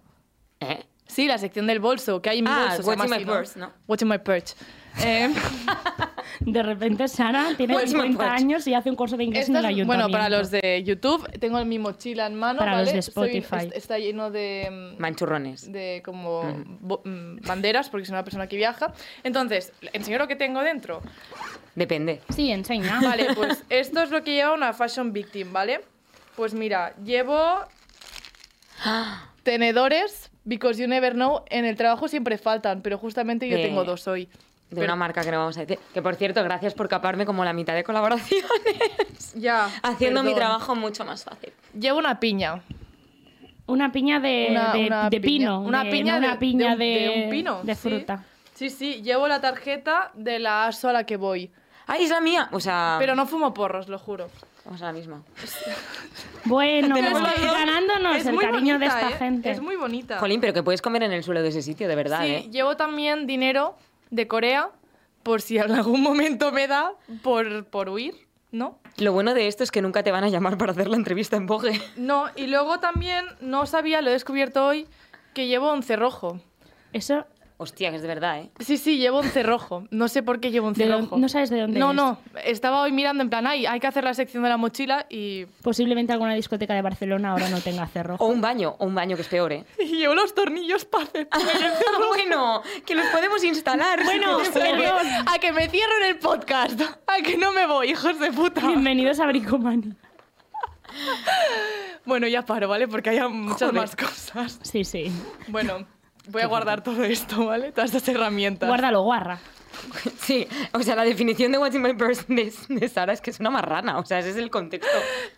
[SPEAKER 4] ¿Eh?
[SPEAKER 2] Sí, la sección del bolso, que hay en mi
[SPEAKER 4] Ah,
[SPEAKER 2] bolso. se llama
[SPEAKER 4] Watching
[SPEAKER 2] así,
[SPEAKER 4] My Purse, ¿no?
[SPEAKER 2] Watching my purse. Eh,
[SPEAKER 1] De repente Sara tiene
[SPEAKER 4] Pues me
[SPEAKER 1] 50
[SPEAKER 4] acuerdo.
[SPEAKER 1] años y hace un curso de inglés en
[SPEAKER 2] Esta
[SPEAKER 1] el
[SPEAKER 2] es-
[SPEAKER 1] ayuntamiento.
[SPEAKER 2] bueno, para los de YouTube, tengo mi mochila en mano.
[SPEAKER 1] Para los
[SPEAKER 2] ¿vale?
[SPEAKER 1] de
[SPEAKER 2] Estoy-
[SPEAKER 1] Spotify.
[SPEAKER 2] est- está lleno de. mm,
[SPEAKER 4] Manchurrones.
[SPEAKER 2] de como bo- mm, banderas, porque soy una persona que viaja. Entonces, enseño lo que tengo dentro.
[SPEAKER 4] Depende.
[SPEAKER 1] Sí, enseña.
[SPEAKER 2] Vale, pues esto es lo que lleva una fashion victim, ¿vale? Pues mira, llevo tenedores, because you never know, en el trabajo siempre faltan, pero justamente yo
[SPEAKER 4] De-
[SPEAKER 2] tengo dos hoy.
[SPEAKER 4] De
[SPEAKER 2] Pero-
[SPEAKER 4] una marca que no vamos a decir. Que por cierto, gracias por caparme como la mitad de colaboraciones.
[SPEAKER 2] Ya.
[SPEAKER 4] Haciendo mi
[SPEAKER 2] perdón.
[SPEAKER 4] trabajo mucho más fácil.
[SPEAKER 2] Llevo una piña.
[SPEAKER 1] Una piña de,
[SPEAKER 2] Una-
[SPEAKER 1] Eh, de-
[SPEAKER 2] una
[SPEAKER 1] de
[SPEAKER 2] piña-
[SPEAKER 1] pino.
[SPEAKER 2] Una
[SPEAKER 1] de-
[SPEAKER 2] piña,
[SPEAKER 1] no,
[SPEAKER 2] de,
[SPEAKER 1] una piña
[SPEAKER 2] de un, de un pino.
[SPEAKER 1] de
[SPEAKER 2] sí.
[SPEAKER 1] fruta.
[SPEAKER 2] Sí, sí, llevo la tarjeta de la ASO a la que voy.
[SPEAKER 4] ¡Ay, es la mía! O sea,
[SPEAKER 2] Pero no fumo porros, lo juro.
[SPEAKER 4] o sea, la misma.
[SPEAKER 1] Bueno,
[SPEAKER 2] Pero es que-
[SPEAKER 1] ganándonos
[SPEAKER 2] es
[SPEAKER 1] el
[SPEAKER 2] muy
[SPEAKER 1] cariño de
[SPEAKER 2] bonita,
[SPEAKER 1] esta
[SPEAKER 2] ¿eh?
[SPEAKER 1] gente.
[SPEAKER 2] Es muy bonita.
[SPEAKER 4] Jolín, pero que puedes comer en el suelo de ese sitio, de verdad,
[SPEAKER 2] sí,
[SPEAKER 4] ¿eh?
[SPEAKER 2] llevo también dinero de Corea por si en algún momento me da por, por huir, ¿no?
[SPEAKER 4] Lo bueno de esto es que nunca te van a llamar para hacer la entrevista en Vogue.
[SPEAKER 2] No, y luego también no sabía, lo he descubierto hoy, que llevo un cerrojo.
[SPEAKER 1] Eso
[SPEAKER 4] Hostia, que es de verdad, ¿eh?
[SPEAKER 2] Sí, sí, llevo un cerrojo. No sé por qué llevo un
[SPEAKER 1] ¿De dónde-
[SPEAKER 2] cerrojo.
[SPEAKER 1] no sabes de dónde
[SPEAKER 2] No,
[SPEAKER 1] es?
[SPEAKER 2] no. Estaba hoy mirando en plan, ay, hay que hacer la sección de la mochila y,
[SPEAKER 1] Posiblemente alguna discoteca de Barcelona ahora no tenga cerrojo.
[SPEAKER 4] O un baño, o un baño que es peor, ¿eh?
[SPEAKER 2] y llevo los tornillos para hacer-
[SPEAKER 4] bueno, que los podemos instalar.
[SPEAKER 1] Bueno, perdón.
[SPEAKER 2] A que me cierren el podcast. A que no me voy, hijos de puta.
[SPEAKER 1] Bienvenidos a Bricomani.
[SPEAKER 2] Bueno, ya paro, ¿vale? Porque hay muchas
[SPEAKER 4] Joder.
[SPEAKER 2] más cosas.
[SPEAKER 1] Sí, sí.
[SPEAKER 2] Bueno, voy a guardar todo esto, ¿vale? Todas estas herramientas.
[SPEAKER 1] Guárdalo, guarra.
[SPEAKER 4] Sí, o sea, la definición de What's in My Purse de, de Sara es que es una marrana, o sea, ese es el contexto.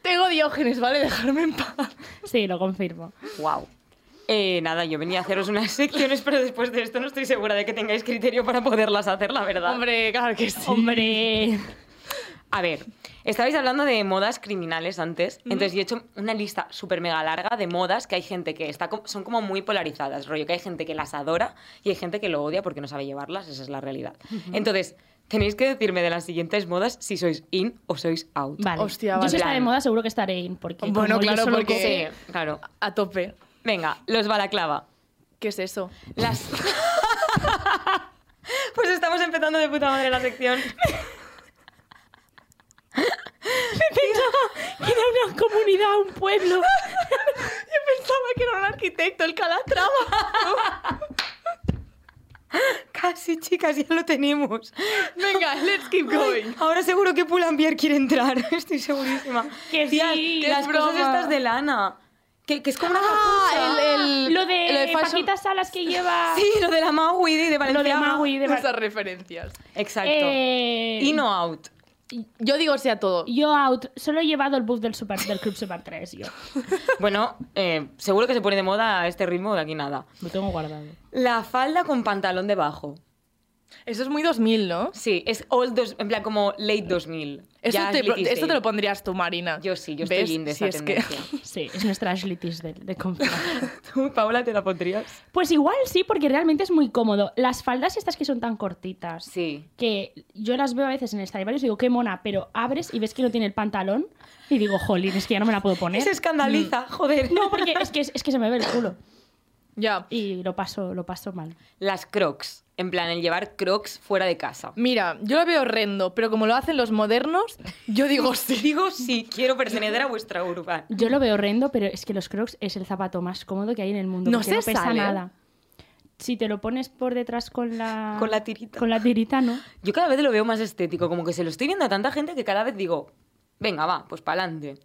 [SPEAKER 2] Tengo diógenes, ¿vale? Dejarme en paz.
[SPEAKER 1] Sí, lo confirmo.
[SPEAKER 4] Wow. Eh, nada, yo venía a haceros unas secciones, pero después de esto no estoy segura de que tengáis criterio para poderlas hacer, la verdad.
[SPEAKER 2] Hombre, claro que sí.
[SPEAKER 1] Hombre.
[SPEAKER 4] A ver, estabais hablando de modas criminales antes, entonces yo he hecho una lista súper mega larga de modas que hay gente que está co- son como muy polarizadas, rollo que hay gente que las adora y hay gente que lo odia porque no sabe llevarlas, esa es la realidad. Entonces, tenéis que decirme de las siguientes modas si sois in o sois out.
[SPEAKER 1] Vale.
[SPEAKER 2] Hostia,
[SPEAKER 1] Yo
[SPEAKER 2] vale.
[SPEAKER 1] si está de
[SPEAKER 4] Plan.
[SPEAKER 1] moda seguro que estaré in. Porque
[SPEAKER 2] Bueno,
[SPEAKER 1] como yo
[SPEAKER 2] claro,
[SPEAKER 1] solo
[SPEAKER 2] porque-
[SPEAKER 1] co-
[SPEAKER 4] Sí, claro.
[SPEAKER 2] A tope.
[SPEAKER 4] Venga, los balaclava.
[SPEAKER 2] ¿Qué es eso?
[SPEAKER 4] Las... pues estamos empezando de puta madre la sección.
[SPEAKER 1] Era una comunidad, un pueblo.
[SPEAKER 2] Yo pensaba que era un arquitecto, el calatrava.
[SPEAKER 4] Casi, chicas, ya lo tenemos.
[SPEAKER 2] Venga, let's keep
[SPEAKER 4] Ay,
[SPEAKER 2] going.
[SPEAKER 4] ahora seguro que Pull&Bear quiere entrar, estoy segurísima.
[SPEAKER 1] Que
[SPEAKER 4] Tías,
[SPEAKER 1] sí, que
[SPEAKER 4] las
[SPEAKER 2] es
[SPEAKER 4] cosas
[SPEAKER 2] broma. Ah,
[SPEAKER 4] estas de lana, que, que es como una capucha.
[SPEAKER 1] Lo de Paquitas Salas que lleva...
[SPEAKER 4] Sí, lo de la Maui de
[SPEAKER 1] lo
[SPEAKER 4] Valencia.
[SPEAKER 1] de Maui. De Bar-
[SPEAKER 2] Esas referencias.
[SPEAKER 4] Exacto.
[SPEAKER 1] Eh,
[SPEAKER 4] In o out.
[SPEAKER 2] Yo digo sí a todo.
[SPEAKER 1] Yo out. Solo he llevado el buff del, super, del Club Super 3, yo.
[SPEAKER 4] Bueno, eh, seguro que se pone de moda a este ritmo de aquí nada.
[SPEAKER 1] Lo tengo guardado.
[SPEAKER 4] La falda con pantalón debajo.
[SPEAKER 2] Eso es muy 2000, ¿no?
[SPEAKER 4] Sí, es old dos, en plan como late 2000.
[SPEAKER 2] Eso
[SPEAKER 4] Ya
[SPEAKER 2] te,
[SPEAKER 4] es Lizzy
[SPEAKER 2] esto te
[SPEAKER 4] Sale.
[SPEAKER 2] lo pondrías tú, Marina.
[SPEAKER 4] Yo sí, yo
[SPEAKER 2] ¿Ves?
[SPEAKER 4] estoy in de
[SPEAKER 2] Si
[SPEAKER 4] esa
[SPEAKER 2] es que-
[SPEAKER 4] tendencia.
[SPEAKER 1] Sí, es nuestra Ashlitis de, de confianza.
[SPEAKER 4] ¿Tú, Paula, te la pondrías?
[SPEAKER 1] Pues igual sí, porque realmente es muy cómodo. Las faldas estas que son tan cortitas,
[SPEAKER 4] Sí.
[SPEAKER 1] que yo las veo a veces en el Stradivarius y digo, qué mona, pero abres y ves que no tiene el pantalón y digo, jolín, es que ya no me la puedo poner.
[SPEAKER 4] Se escandaliza, joder.
[SPEAKER 1] ¿Eh? No, porque es que, es que se me ve el culo
[SPEAKER 2] Ya.
[SPEAKER 1] y lo paso, lo paso mal.
[SPEAKER 4] Las crocs. En plan, el llevar crocs fuera de casa.
[SPEAKER 2] Mira, yo lo veo horrendo, pero como lo hacen los modernos, yo digo sí.
[SPEAKER 4] Digo, sí, quiero pertenecer a vuestra urban.
[SPEAKER 1] Yo lo veo horrendo, pero es que los crocs es el zapato más cómodo que hay en el mundo.
[SPEAKER 2] No
[SPEAKER 1] porque
[SPEAKER 2] se
[SPEAKER 1] no pesa
[SPEAKER 2] sale.
[SPEAKER 1] nada. Si te lo pones por detrás con la...
[SPEAKER 4] Con la tirita.
[SPEAKER 1] Con la tirita, ¿no?
[SPEAKER 4] Yo cada vez lo veo más estético, como que se lo estoy viendo a tanta gente que cada vez digo, venga, va, pues pa'lante.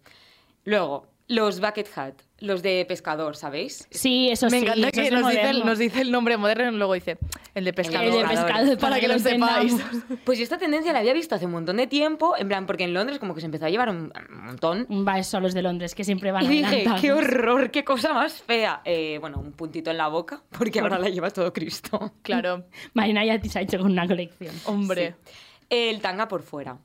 [SPEAKER 4] Luego, los bucket hat, los de pescador, ¿sabéis?
[SPEAKER 1] Sí, eso
[SPEAKER 2] Me
[SPEAKER 1] sí.
[SPEAKER 2] encanta
[SPEAKER 1] eso
[SPEAKER 2] que
[SPEAKER 1] es
[SPEAKER 2] nos dice, el,
[SPEAKER 1] moderno.
[SPEAKER 2] nos dice el nombre moderno y luego dice el de pescador.
[SPEAKER 1] El de
[SPEAKER 4] pescador,
[SPEAKER 1] pescado,
[SPEAKER 2] para que lo sepáis.
[SPEAKER 1] entendamos.
[SPEAKER 4] Pues yo esta tendencia la había visto hace un montón de tiempo, en plan, porque en Londres como que se empezó a llevar un, un montón.
[SPEAKER 1] Va, son los de Londres, que siempre van
[SPEAKER 4] Y dije,
[SPEAKER 1] adelantados.
[SPEAKER 4] qué horror, qué cosa más fea. Eh, bueno, un puntito en la boca, porque ahora la lleva todo Cristo.
[SPEAKER 2] Claro,
[SPEAKER 1] Marina ya te se ha hecho con una colección.
[SPEAKER 2] hombre.
[SPEAKER 4] Sí. El tanga por fuera.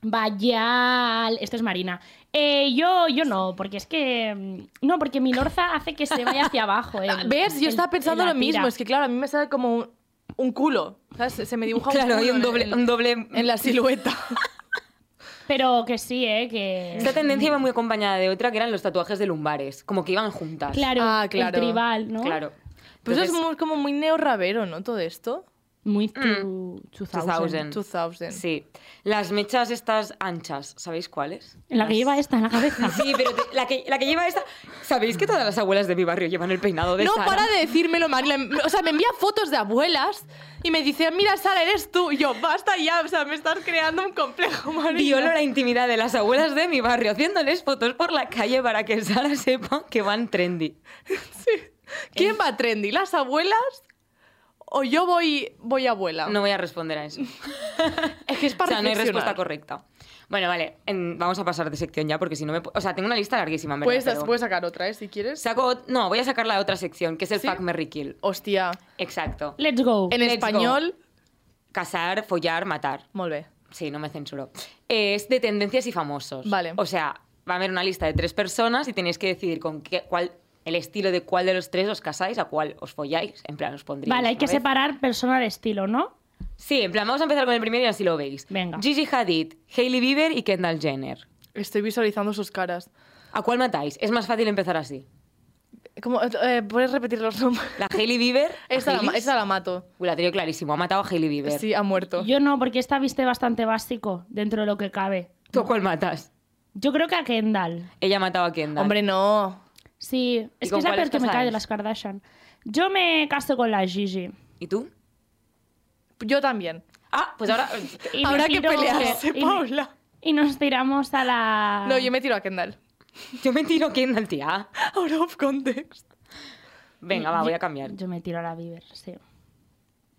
[SPEAKER 1] Vaya, esto es Marina. Eh, yo, yo no, porque es que... mm, No, porque mi lorza hace que se vaya hacia abajo. el-
[SPEAKER 2] ¿Ves?
[SPEAKER 1] el-
[SPEAKER 2] Yo estaba pensando
[SPEAKER 1] la
[SPEAKER 2] lo mismo.
[SPEAKER 1] tira.
[SPEAKER 2] Es que, claro, a mí me sale como un, un culo. ¿Sabes? Se- Se me dibuja
[SPEAKER 4] claro,
[SPEAKER 2] un culo
[SPEAKER 4] hay un
[SPEAKER 2] en-
[SPEAKER 4] doble,
[SPEAKER 2] en,
[SPEAKER 4] un doble.
[SPEAKER 2] en la silueta.
[SPEAKER 1] Pero que sí, ¿eh? Que...
[SPEAKER 4] Esta tendencia iba muy acompañada de otra que eran los tatuajes de lumbares, como que iban juntas.
[SPEAKER 1] Claro,
[SPEAKER 2] Ah,
[SPEAKER 1] el
[SPEAKER 2] claro.
[SPEAKER 1] tribal, ¿no?
[SPEAKER 4] Claro.
[SPEAKER 2] Pues
[SPEAKER 4] Entonces,
[SPEAKER 2] eso es muy- como muy neo-rabero, ¿no? Todo esto.
[SPEAKER 4] Mm.
[SPEAKER 1] Muy tu, 2000.
[SPEAKER 4] 2000.
[SPEAKER 2] 2000.
[SPEAKER 4] Sí. Las mechas estas anchas, ¿sabéis cuáles?
[SPEAKER 1] En La que lleva esta en la cabeza.
[SPEAKER 4] Sí, pero te- la, que, la que lleva esta... ¿Sabéis que todas las abuelas de mi barrio llevan el peinado de
[SPEAKER 2] No
[SPEAKER 4] Sara?
[SPEAKER 2] para de decírmelo, Marina. O sea, me envía fotos de abuelas y me dice, mira, Sara, eres tú. Y yo, basta ya, o sea, me estás creando un complejo, Marina.
[SPEAKER 4] Violo la intimidad de las abuelas de mi barrio haciéndoles fotos por la calle para que Sara sepa que van trendy.
[SPEAKER 2] ¿Quién va trendy? ¿Las abuelas? ¿O yo voy, voy abuela?
[SPEAKER 4] No voy a responder a eso.
[SPEAKER 2] es que es
[SPEAKER 4] O
[SPEAKER 2] para
[SPEAKER 4] sea, no hay
[SPEAKER 2] reflexionar.
[SPEAKER 4] respuesta correcta. Bueno, vale, en- vamos a pasar de sección ya porque si no me... pu- O sea, tengo una lista larguísima, en ¿verdad?
[SPEAKER 2] Puedes,
[SPEAKER 4] pero-
[SPEAKER 2] puedes sacar otra, ¿eh? Si quieres.
[SPEAKER 4] Saco... ot- No, voy a sacar la otra sección, que es el
[SPEAKER 2] ¿Sí?
[SPEAKER 4] fuck, marry, kill.
[SPEAKER 2] Hostia.
[SPEAKER 4] Exacto.
[SPEAKER 1] Let's go.
[SPEAKER 2] En
[SPEAKER 4] Let's
[SPEAKER 2] español,
[SPEAKER 4] Casar, follar, matar.
[SPEAKER 2] molt bé.
[SPEAKER 4] Sí, no me censuro. Eh, Es de tendencias y famosos.
[SPEAKER 2] Vale.
[SPEAKER 4] O sea, va a haber una lista de tres personas y tenéis que decidir con qué, cuál, el estilo de cuál de los tres os casáis, a cuál os folláis. En plan, os pondréis.
[SPEAKER 1] Vale, hay
[SPEAKER 4] una
[SPEAKER 1] que
[SPEAKER 4] vez.
[SPEAKER 1] separar personal estilo, ¿no?
[SPEAKER 4] Sí, en plan, vamos a empezar con el primero y así lo veis.
[SPEAKER 1] Venga.
[SPEAKER 4] Gigi Hadid, Hailey Bieber y Kendall Jenner.
[SPEAKER 2] Estoy visualizando sus caras.
[SPEAKER 4] ¿A cuál matáis? Es más fácil empezar así.
[SPEAKER 2] Como, eh, ¿Puedes repetir los nombres?
[SPEAKER 4] La Hailey Bieber.
[SPEAKER 2] Esta la, ma-
[SPEAKER 4] Haileys.
[SPEAKER 2] esta la mato.
[SPEAKER 4] Uy, la tengo clarísimo. Ha matado a Hailey Bieber.
[SPEAKER 2] Sí, ha muerto.
[SPEAKER 1] Yo no, porque esta viste bastante básico dentro de lo que cabe.
[SPEAKER 4] ¿Tú a cuál matas?
[SPEAKER 1] Yo creo que a Kendall.
[SPEAKER 4] Ella ha matado a Kendall.
[SPEAKER 2] Hombre, no.
[SPEAKER 1] Sí, es que
[SPEAKER 4] con
[SPEAKER 1] es la peor
[SPEAKER 4] cuáles
[SPEAKER 1] que me cae
[SPEAKER 4] casáis?
[SPEAKER 1] de las Kardashian. Yo me caso con la Gigi.
[SPEAKER 4] ¿Y tú?
[SPEAKER 2] Yo también.
[SPEAKER 4] Ah, pues ahora.
[SPEAKER 1] Y me
[SPEAKER 2] Habrá que
[SPEAKER 1] tiro-
[SPEAKER 2] pelearse,
[SPEAKER 1] y me-
[SPEAKER 2] Paula.
[SPEAKER 1] Y nos tiramos a
[SPEAKER 4] Ah.
[SPEAKER 1] la...
[SPEAKER 2] No, yo me tiro a Kendall.
[SPEAKER 4] Yo me tiro a Kendall, tía.
[SPEAKER 2] Out of context.
[SPEAKER 4] Venga, va, Ah, voy a cambiar.
[SPEAKER 1] Yo me tiro a la Bieber, sí.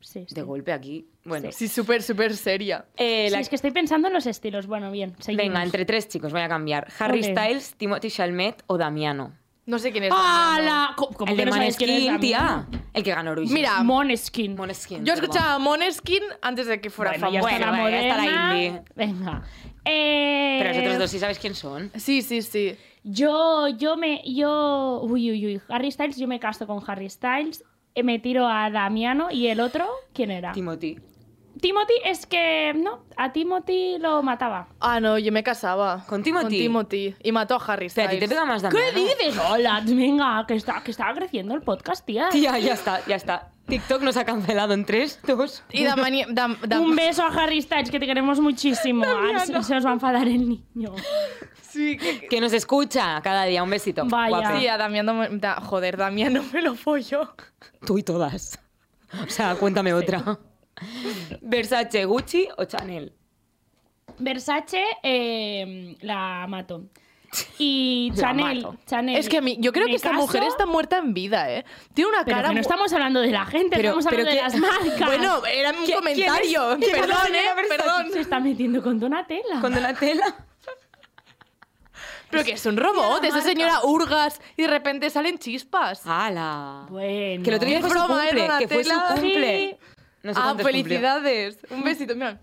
[SPEAKER 1] Sí, sí.
[SPEAKER 4] De golpe aquí. Bueno.
[SPEAKER 2] Sí, súper, súper seria.
[SPEAKER 4] Eh,
[SPEAKER 1] Sí,
[SPEAKER 4] la-
[SPEAKER 1] es que estoy pensando en los estilos. Bueno, bien, seguimos.
[SPEAKER 4] Venga, entre tres chicos voy a cambiar. Harry
[SPEAKER 1] Ole.
[SPEAKER 4] Styles, Timothy Chalamet o Damiano.
[SPEAKER 2] No sé quién es. Damiano.
[SPEAKER 1] ¡Hala! Ah, Co- ¿Cómo
[SPEAKER 4] El
[SPEAKER 1] que
[SPEAKER 4] de
[SPEAKER 1] no sabes quién es
[SPEAKER 4] Maneskin,
[SPEAKER 1] Damiano?
[SPEAKER 4] tía. El que ganó Eurovisión.
[SPEAKER 2] Mira,
[SPEAKER 1] Måneskin.
[SPEAKER 4] Måneskin,
[SPEAKER 2] Yo
[SPEAKER 4] perdón.
[SPEAKER 2] escuchaba Moneskin antes de que fuera
[SPEAKER 1] Bueno, ya
[SPEAKER 2] famoso.
[SPEAKER 1] está la
[SPEAKER 4] bueno, ya está la
[SPEAKER 1] moderna.
[SPEAKER 4] indie.
[SPEAKER 1] Venga. Eh,
[SPEAKER 4] Pero vosotros dos sí sabéis quién son.
[SPEAKER 2] Sí, sí, sí.
[SPEAKER 1] Yo, yo me, yo, uy, uy, uy, Harry Styles, yo me caso con Harry Styles, eh, me tiro a Damiano y el otro, ¿quién era?
[SPEAKER 4] Timothy.
[SPEAKER 1] Timothy es que, no, a Timothy lo mataba.
[SPEAKER 2] Ah, no, yo me casaba.
[SPEAKER 4] ¿Con Timothy?
[SPEAKER 2] Con Timothy. Y mató a Harry
[SPEAKER 4] Pero
[SPEAKER 2] Styles.
[SPEAKER 4] a ti te pega más Damiano.
[SPEAKER 1] ¿Qué dices? Hola, venga, que, está, que estaba creciendo el podcast, tía.
[SPEAKER 4] Tía, ya está, ya está. TikTok nos ha cancelado en 3, 2.
[SPEAKER 2] Y Damani... Dam, Dam-
[SPEAKER 1] Un beso a Harry Styles, que te queremos muchísimo. Ah, se, se nos va a enfadar el niño.
[SPEAKER 2] Sí, que-
[SPEAKER 4] Que nos escucha cada día. Un besito.
[SPEAKER 1] Vaya.
[SPEAKER 4] guape.
[SPEAKER 2] sí, a Damián no me- da- joder, Damián no me lo follo.
[SPEAKER 4] Tú y todas. O sea, cuéntame otra. Versace, Gucci o Chanel.
[SPEAKER 1] Versace, eh, la mato. Y
[SPEAKER 4] La
[SPEAKER 1] Chanel,
[SPEAKER 4] mato.
[SPEAKER 1] Chanel.
[SPEAKER 2] Es que a mí, yo creo
[SPEAKER 1] me
[SPEAKER 2] que esta
[SPEAKER 1] caso,
[SPEAKER 2] mujer está muerta en vida, ¿eh? Tiene una
[SPEAKER 1] Pero
[SPEAKER 2] cara.
[SPEAKER 1] que no
[SPEAKER 2] mu-
[SPEAKER 1] estamos hablando de la gente,
[SPEAKER 4] Pero-
[SPEAKER 1] estamos
[SPEAKER 4] pero
[SPEAKER 1] hablando de
[SPEAKER 4] que-
[SPEAKER 1] las marcas.
[SPEAKER 2] Bueno, era un
[SPEAKER 4] ¿Qui-
[SPEAKER 2] comentario.
[SPEAKER 4] quién es- quién es la
[SPEAKER 2] Perdón,
[SPEAKER 4] señora
[SPEAKER 2] ¿eh?
[SPEAKER 4] Versace?
[SPEAKER 2] Perdón.
[SPEAKER 1] se está metiendo con Donatella.
[SPEAKER 4] Con Donatella.
[SPEAKER 2] Pero que es un robot, esa señora hurgas y de repente salen chispas.
[SPEAKER 4] Ah, ¡Hala!
[SPEAKER 1] Bueno.
[SPEAKER 4] Que el otro día
[SPEAKER 2] Es
[SPEAKER 4] fue su
[SPEAKER 2] broma, ¿eh,
[SPEAKER 4] cumple. Que fue su
[SPEAKER 2] Donatella?
[SPEAKER 4] cumple. No sé
[SPEAKER 2] ah,
[SPEAKER 4] cuántos cumplió. Mm.
[SPEAKER 2] felicidades. Un besito. Mira.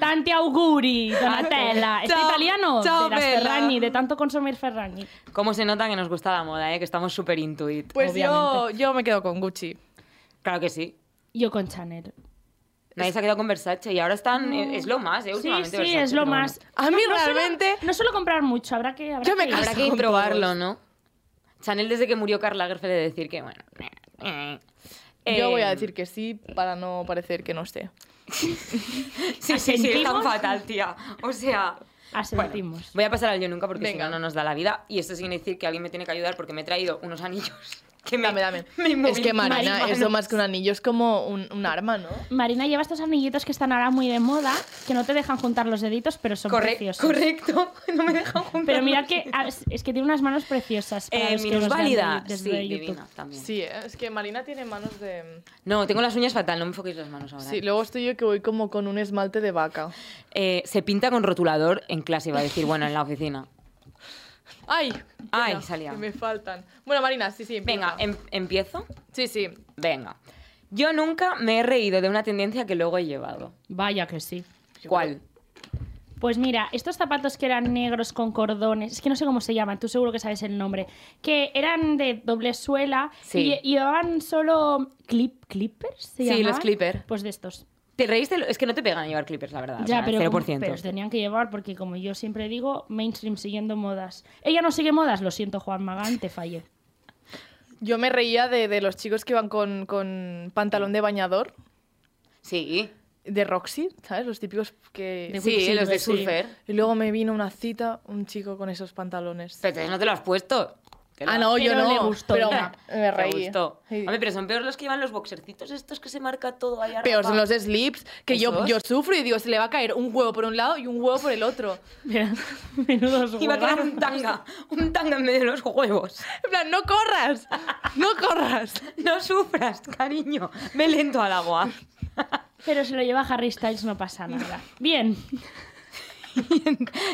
[SPEAKER 1] Tanti auguri, Donatella. ¿Es
[SPEAKER 2] Chao,
[SPEAKER 1] italiano?
[SPEAKER 2] chao,
[SPEAKER 1] de las
[SPEAKER 2] Bella.
[SPEAKER 1] Ferragni, de tanto consumir Ferragni.
[SPEAKER 4] Cómo se nota que nos gusta la moda, ¿eh? que estamos súper intuit.
[SPEAKER 2] Pues yo,
[SPEAKER 1] Obviamente.
[SPEAKER 2] yo me quedo con Gucci.
[SPEAKER 4] Claro que sí.
[SPEAKER 1] Yo con Chanel.
[SPEAKER 4] Nadie se ha quedado con Versace y ahora están. Es, es lo más, ¿eh?
[SPEAKER 1] Sí,
[SPEAKER 4] Últimamente
[SPEAKER 1] sí,
[SPEAKER 4] Versace,
[SPEAKER 1] es lo
[SPEAKER 4] pero bueno.
[SPEAKER 1] más.
[SPEAKER 2] A mí
[SPEAKER 1] suelo-
[SPEAKER 2] realmente-
[SPEAKER 1] no suelo comprar mucho, habrá que. Habrá
[SPEAKER 2] Yo me
[SPEAKER 1] que-
[SPEAKER 2] caso.
[SPEAKER 4] Habrá que
[SPEAKER 2] Con
[SPEAKER 4] probarlo,
[SPEAKER 2] todos.
[SPEAKER 4] ¿no? Chanel, desde que murió Karl Lagerfeld, de decir que, bueno. eh, eh,
[SPEAKER 2] Yo voy a decir que sí para no parecer que no sé.
[SPEAKER 4] Sí, sí, sí, es tan
[SPEAKER 1] ¿Asentimos?
[SPEAKER 4] fatal, tía. O sea.
[SPEAKER 1] Asentimos.
[SPEAKER 4] bueno, voy a pasar al yo nunca porque si
[SPEAKER 2] Venga.
[SPEAKER 4] no, no nos da la vida. Y esto significa decir que alguien me tiene que ayudar porque me he traído unos anillos. Que me,
[SPEAKER 2] Dame, dame.
[SPEAKER 4] me
[SPEAKER 2] Es que
[SPEAKER 4] inmovilizan
[SPEAKER 2] Marina,
[SPEAKER 4] las
[SPEAKER 2] eso
[SPEAKER 4] manos.
[SPEAKER 2] más que un anillo es como un, un arma, ¿no?
[SPEAKER 1] Marina lleva estos anillitos que están ahora muy de moda, que no te dejan juntar los deditos, pero son
[SPEAKER 4] Corre-
[SPEAKER 1] preciosos.
[SPEAKER 4] correcto, no me dejan juntar.
[SPEAKER 1] Pero mirad
[SPEAKER 4] los-
[SPEAKER 1] que ah, es- es que tiene unas manos preciosas. Para
[SPEAKER 4] Eh,
[SPEAKER 1] los que nos vean
[SPEAKER 4] minusválida.
[SPEAKER 1] de-
[SPEAKER 4] Sí,
[SPEAKER 1] desde YouTube.
[SPEAKER 4] divina también.
[SPEAKER 2] Sí, ¿eh? es que Marina tiene manos de...
[SPEAKER 4] No, tengo las uñas fatal, no me enfoquéis las manos ahora.
[SPEAKER 2] Sí,
[SPEAKER 4] eh.
[SPEAKER 2] luego estoy yo que voy como con un esmalte de vaca.
[SPEAKER 4] Eh, se pinta con rotulador en clase, iba a decir, bueno, en la oficina.
[SPEAKER 2] ¡Ay!
[SPEAKER 4] Ay,
[SPEAKER 2] Espera,
[SPEAKER 4] salía.
[SPEAKER 2] Que me faltan. Bueno, Marina, sí, sí.
[SPEAKER 4] Venga,
[SPEAKER 2] empieza.
[SPEAKER 4] em- empiezo.
[SPEAKER 2] Sí, sí.
[SPEAKER 4] Venga. Yo nunca me he reído de una tendencia que luego he llevado.
[SPEAKER 1] Vaya que sí.
[SPEAKER 4] ¿Cuál?
[SPEAKER 1] Pues mira, estos zapatos que eran negros con cordones, es que no sé cómo se llaman, tú seguro que sabes el nombre, que eran de doble suela
[SPEAKER 4] Sí.
[SPEAKER 1] y llevaban solo clip, clippers, ¿se
[SPEAKER 4] Sí,
[SPEAKER 1] llamaban?
[SPEAKER 4] los clipper.
[SPEAKER 1] Pues de estos.
[SPEAKER 4] ¿Te reíste? Es que no te pegan llevar clippers, la verdad. o
[SPEAKER 1] ya,
[SPEAKER 4] sea,
[SPEAKER 1] pero, como-
[SPEAKER 4] 0%.
[SPEAKER 1] pero os tenían que llevar porque, como yo siempre digo, mainstream siguiendo modas. Ella no sigue modas, lo siento, Juan Magán, te fallé.
[SPEAKER 2] Yo me reía de, de los chicos que iban con, con pantalón de bañador,
[SPEAKER 4] Sí.
[SPEAKER 2] de Roxy, ¿sabes? Los típicos que...
[SPEAKER 1] De
[SPEAKER 4] Sí,
[SPEAKER 1] Quicksilver,
[SPEAKER 4] los de
[SPEAKER 1] sí.
[SPEAKER 4] surfer.
[SPEAKER 2] Y luego me vino una cita, un chico con esos pantalones.
[SPEAKER 4] Pero entonces no te lo has puesto. Te lo
[SPEAKER 2] ah,
[SPEAKER 4] has-
[SPEAKER 2] no, yo
[SPEAKER 1] pero
[SPEAKER 2] no.
[SPEAKER 1] le gustó.
[SPEAKER 2] Pero
[SPEAKER 1] Ya.
[SPEAKER 2] me
[SPEAKER 4] Te
[SPEAKER 2] reí.
[SPEAKER 4] gustó.
[SPEAKER 2] Sí.
[SPEAKER 4] Hombre, pero son peores los que llevan los boxercitos estos que se marca todo ahí arriba.
[SPEAKER 2] Peor son los slips, que yo,
[SPEAKER 4] ¿Esos?
[SPEAKER 2] yo sufro y digo, se le va a caer un huevo por un lado y un huevo por el otro.
[SPEAKER 1] Menudos
[SPEAKER 4] Iba a quedar
[SPEAKER 1] huevazos.
[SPEAKER 4] un tanga. Un tanga en medio de los huevos.
[SPEAKER 2] En plan, no corras, no corras.
[SPEAKER 4] No sufras, cariño. Ve lento al agua.
[SPEAKER 1] Pero se lo lleva Harry Styles, no pasa nada. Bien.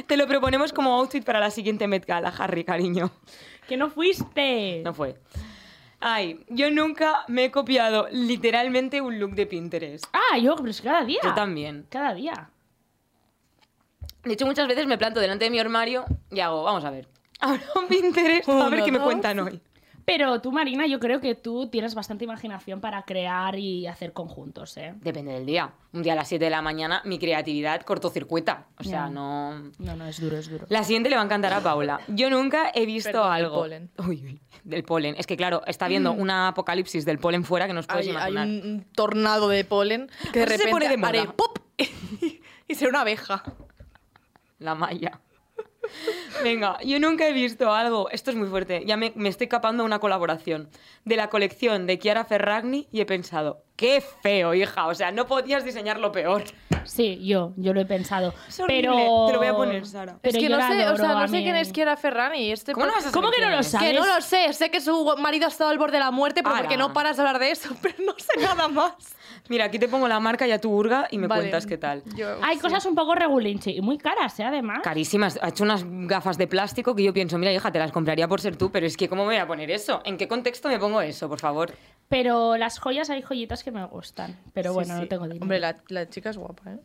[SPEAKER 4] Te lo proponemos como outfit para la siguiente Met Gala, Harry, cariño.
[SPEAKER 1] Que no fuiste.
[SPEAKER 4] No fue. Ay, yo nunca me he copiado literalmente un look de Pinterest.
[SPEAKER 1] Ah, yo, pero es cada día.
[SPEAKER 4] Yo también.
[SPEAKER 1] Cada día.
[SPEAKER 4] De hecho, muchas veces me planto delante de mi armario y hago, vamos a ver, abro un Pinterest a ver
[SPEAKER 2] Uno,
[SPEAKER 4] qué me
[SPEAKER 2] dos.
[SPEAKER 4] cuentan hoy.
[SPEAKER 1] Pero tú, Marina, yo creo que tú tienes bastante imaginación para crear y hacer conjuntos, ¿eh?
[SPEAKER 4] Depende del día. Un día a las 7 de la mañana mi creatividad cortocircuita. O sea,
[SPEAKER 1] Ya.
[SPEAKER 4] no...
[SPEAKER 1] No, no, es duro, es duro.
[SPEAKER 4] La siguiente le va a encantar a Paula. Yo nunca he visto
[SPEAKER 2] Perdón, del
[SPEAKER 4] algo...
[SPEAKER 2] polen. Mm.
[SPEAKER 4] Uy, uy, del polen. Es que claro, está viendo una apocalipsis del polen fuera que nos puedes
[SPEAKER 2] Hay, hay
[SPEAKER 4] imaginar.
[SPEAKER 2] un un tornado de polen que de
[SPEAKER 4] Ahora se
[SPEAKER 2] repente
[SPEAKER 4] pone de moda.
[SPEAKER 2] haré pop y será una abeja.
[SPEAKER 4] La malla. Venga, yo nunca he visto algo, esto es muy fuerte, ya me, me estoy capando una colaboración de la colección de Chiara Ferragni y he pensado, qué feo, hija, o sea, no podías diseñar lo peor.
[SPEAKER 1] Sí, yo, yo lo he pensado.
[SPEAKER 4] Es horrible.
[SPEAKER 1] Pero...
[SPEAKER 4] Te lo voy a poner, Sara.
[SPEAKER 1] Pero
[SPEAKER 2] es que
[SPEAKER 1] yo
[SPEAKER 2] no
[SPEAKER 1] la
[SPEAKER 2] sé, o
[SPEAKER 1] adoro
[SPEAKER 2] sea,
[SPEAKER 1] a
[SPEAKER 2] no sé
[SPEAKER 1] mi-
[SPEAKER 2] quién es Kiara Ferrani. Este
[SPEAKER 4] ¿Cómo no vas a
[SPEAKER 1] ¿Cómo que no lo
[SPEAKER 4] quién es?
[SPEAKER 1] sabes?
[SPEAKER 2] Que no lo sé, sé que su marido ha estado al borde de la muerte, pero
[SPEAKER 4] Ara.
[SPEAKER 2] porque no paras de hablar de eso, pero no sé nada más.
[SPEAKER 4] eh? Mira, aquí te pongo la marca y a tu urga y me
[SPEAKER 2] Vale.
[SPEAKER 4] cuentas qué tal.
[SPEAKER 2] Yo-
[SPEAKER 1] Hay cosas un poco regulinchi y muy caras, ¿eh? Además.
[SPEAKER 4] Carísimas, ha hecho unas gafas de plástico que yo pienso, mira, hija, te las compraría por ser tú, pero es que ¿cómo me voy a poner eso? ¿En qué contexto me pongo eso, por favor?
[SPEAKER 1] Pero las joyas, hay joyitas que me gustan. Pero
[SPEAKER 2] Sí,
[SPEAKER 1] bueno,
[SPEAKER 2] sí.
[SPEAKER 1] no tengo dinero.
[SPEAKER 2] Hombre, la, la chica es guapa, ¿eh?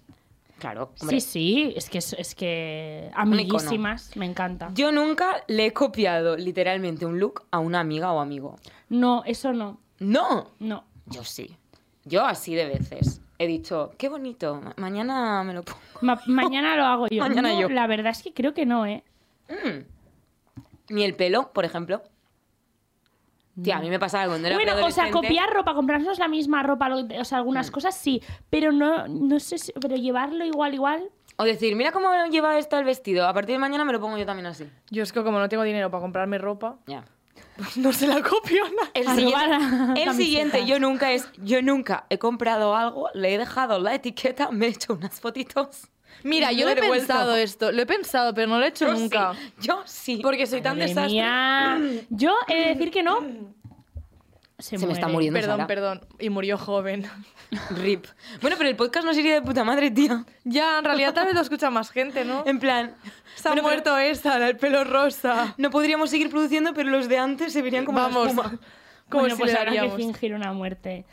[SPEAKER 4] Claro, hombre.
[SPEAKER 1] Sí, sí, es que, es- es que
[SPEAKER 4] icono.
[SPEAKER 1] amiguísimas, me encanta.
[SPEAKER 4] Yo nunca le he copiado literalmente un look a una amiga o amigo.
[SPEAKER 1] No, eso no,
[SPEAKER 4] No,
[SPEAKER 1] no.
[SPEAKER 4] Yo sí. Yo así de veces. He dicho, qué bonito, ma- mañana me lo pongo.
[SPEAKER 1] Ma- mañana lo hago yo.
[SPEAKER 4] Mañana
[SPEAKER 1] No,
[SPEAKER 4] yo.
[SPEAKER 1] La verdad es que creo que no, ¿eh?
[SPEAKER 4] Ni el pelo, por ejemplo. Tía, a mí me pasaba cuando era
[SPEAKER 1] bueno, o sea,
[SPEAKER 4] preadolescente. Mm.
[SPEAKER 1] copiar ropa, comprarnos la misma ropa, lo- o sea, algunas cosas sí, pero no, no sé, si- pero llevarlo igual, igual.
[SPEAKER 4] O decir, mira cómo lleva esto el vestido. A partir de mañana me lo pongo yo también así.
[SPEAKER 2] Yo es que como no tengo dinero para comprarme ropa, pues
[SPEAKER 4] Ya.
[SPEAKER 2] no se la copio a nadie.
[SPEAKER 4] El
[SPEAKER 1] A robar a
[SPEAKER 4] siguiente, el
[SPEAKER 1] camisetas.
[SPEAKER 4] siguiente, yo nunca es, yo nunca he comprado algo, le he dejado la etiqueta, me he hecho unas fotitos.
[SPEAKER 2] Mira,
[SPEAKER 4] Y
[SPEAKER 2] yo
[SPEAKER 4] no
[SPEAKER 2] lo he
[SPEAKER 4] devuelto.
[SPEAKER 2] pensado esto, lo he pensado, pero no lo he hecho
[SPEAKER 4] Yo
[SPEAKER 2] nunca.
[SPEAKER 4] sí, yo sí.
[SPEAKER 2] Porque soy tan
[SPEAKER 1] Madre
[SPEAKER 2] desastre.
[SPEAKER 1] mía. Yo he de decir que no. Se,
[SPEAKER 4] Se me está
[SPEAKER 1] muere.
[SPEAKER 4] muriendo. Sara.
[SPEAKER 2] Perdón, perdón. Y murió joven.
[SPEAKER 4] Rip. Bueno, pero el podcast no sería de puta madre, tía.
[SPEAKER 2] Ya, en realidad tal vez lo escucha más gente, ¿no?
[SPEAKER 1] Em,
[SPEAKER 4] En plan,
[SPEAKER 2] Se ha
[SPEAKER 4] bueno, pero-
[SPEAKER 2] muerto esta, la del pelo rosa.
[SPEAKER 4] No podríamos seguir produciendo, pero los de antes se verían como la
[SPEAKER 2] Vamos.
[SPEAKER 4] espuma.
[SPEAKER 2] Como
[SPEAKER 1] bueno,
[SPEAKER 2] si
[SPEAKER 1] pues
[SPEAKER 2] le
[SPEAKER 1] habrá que
[SPEAKER 2] daríamos.
[SPEAKER 1] fingir una muerte.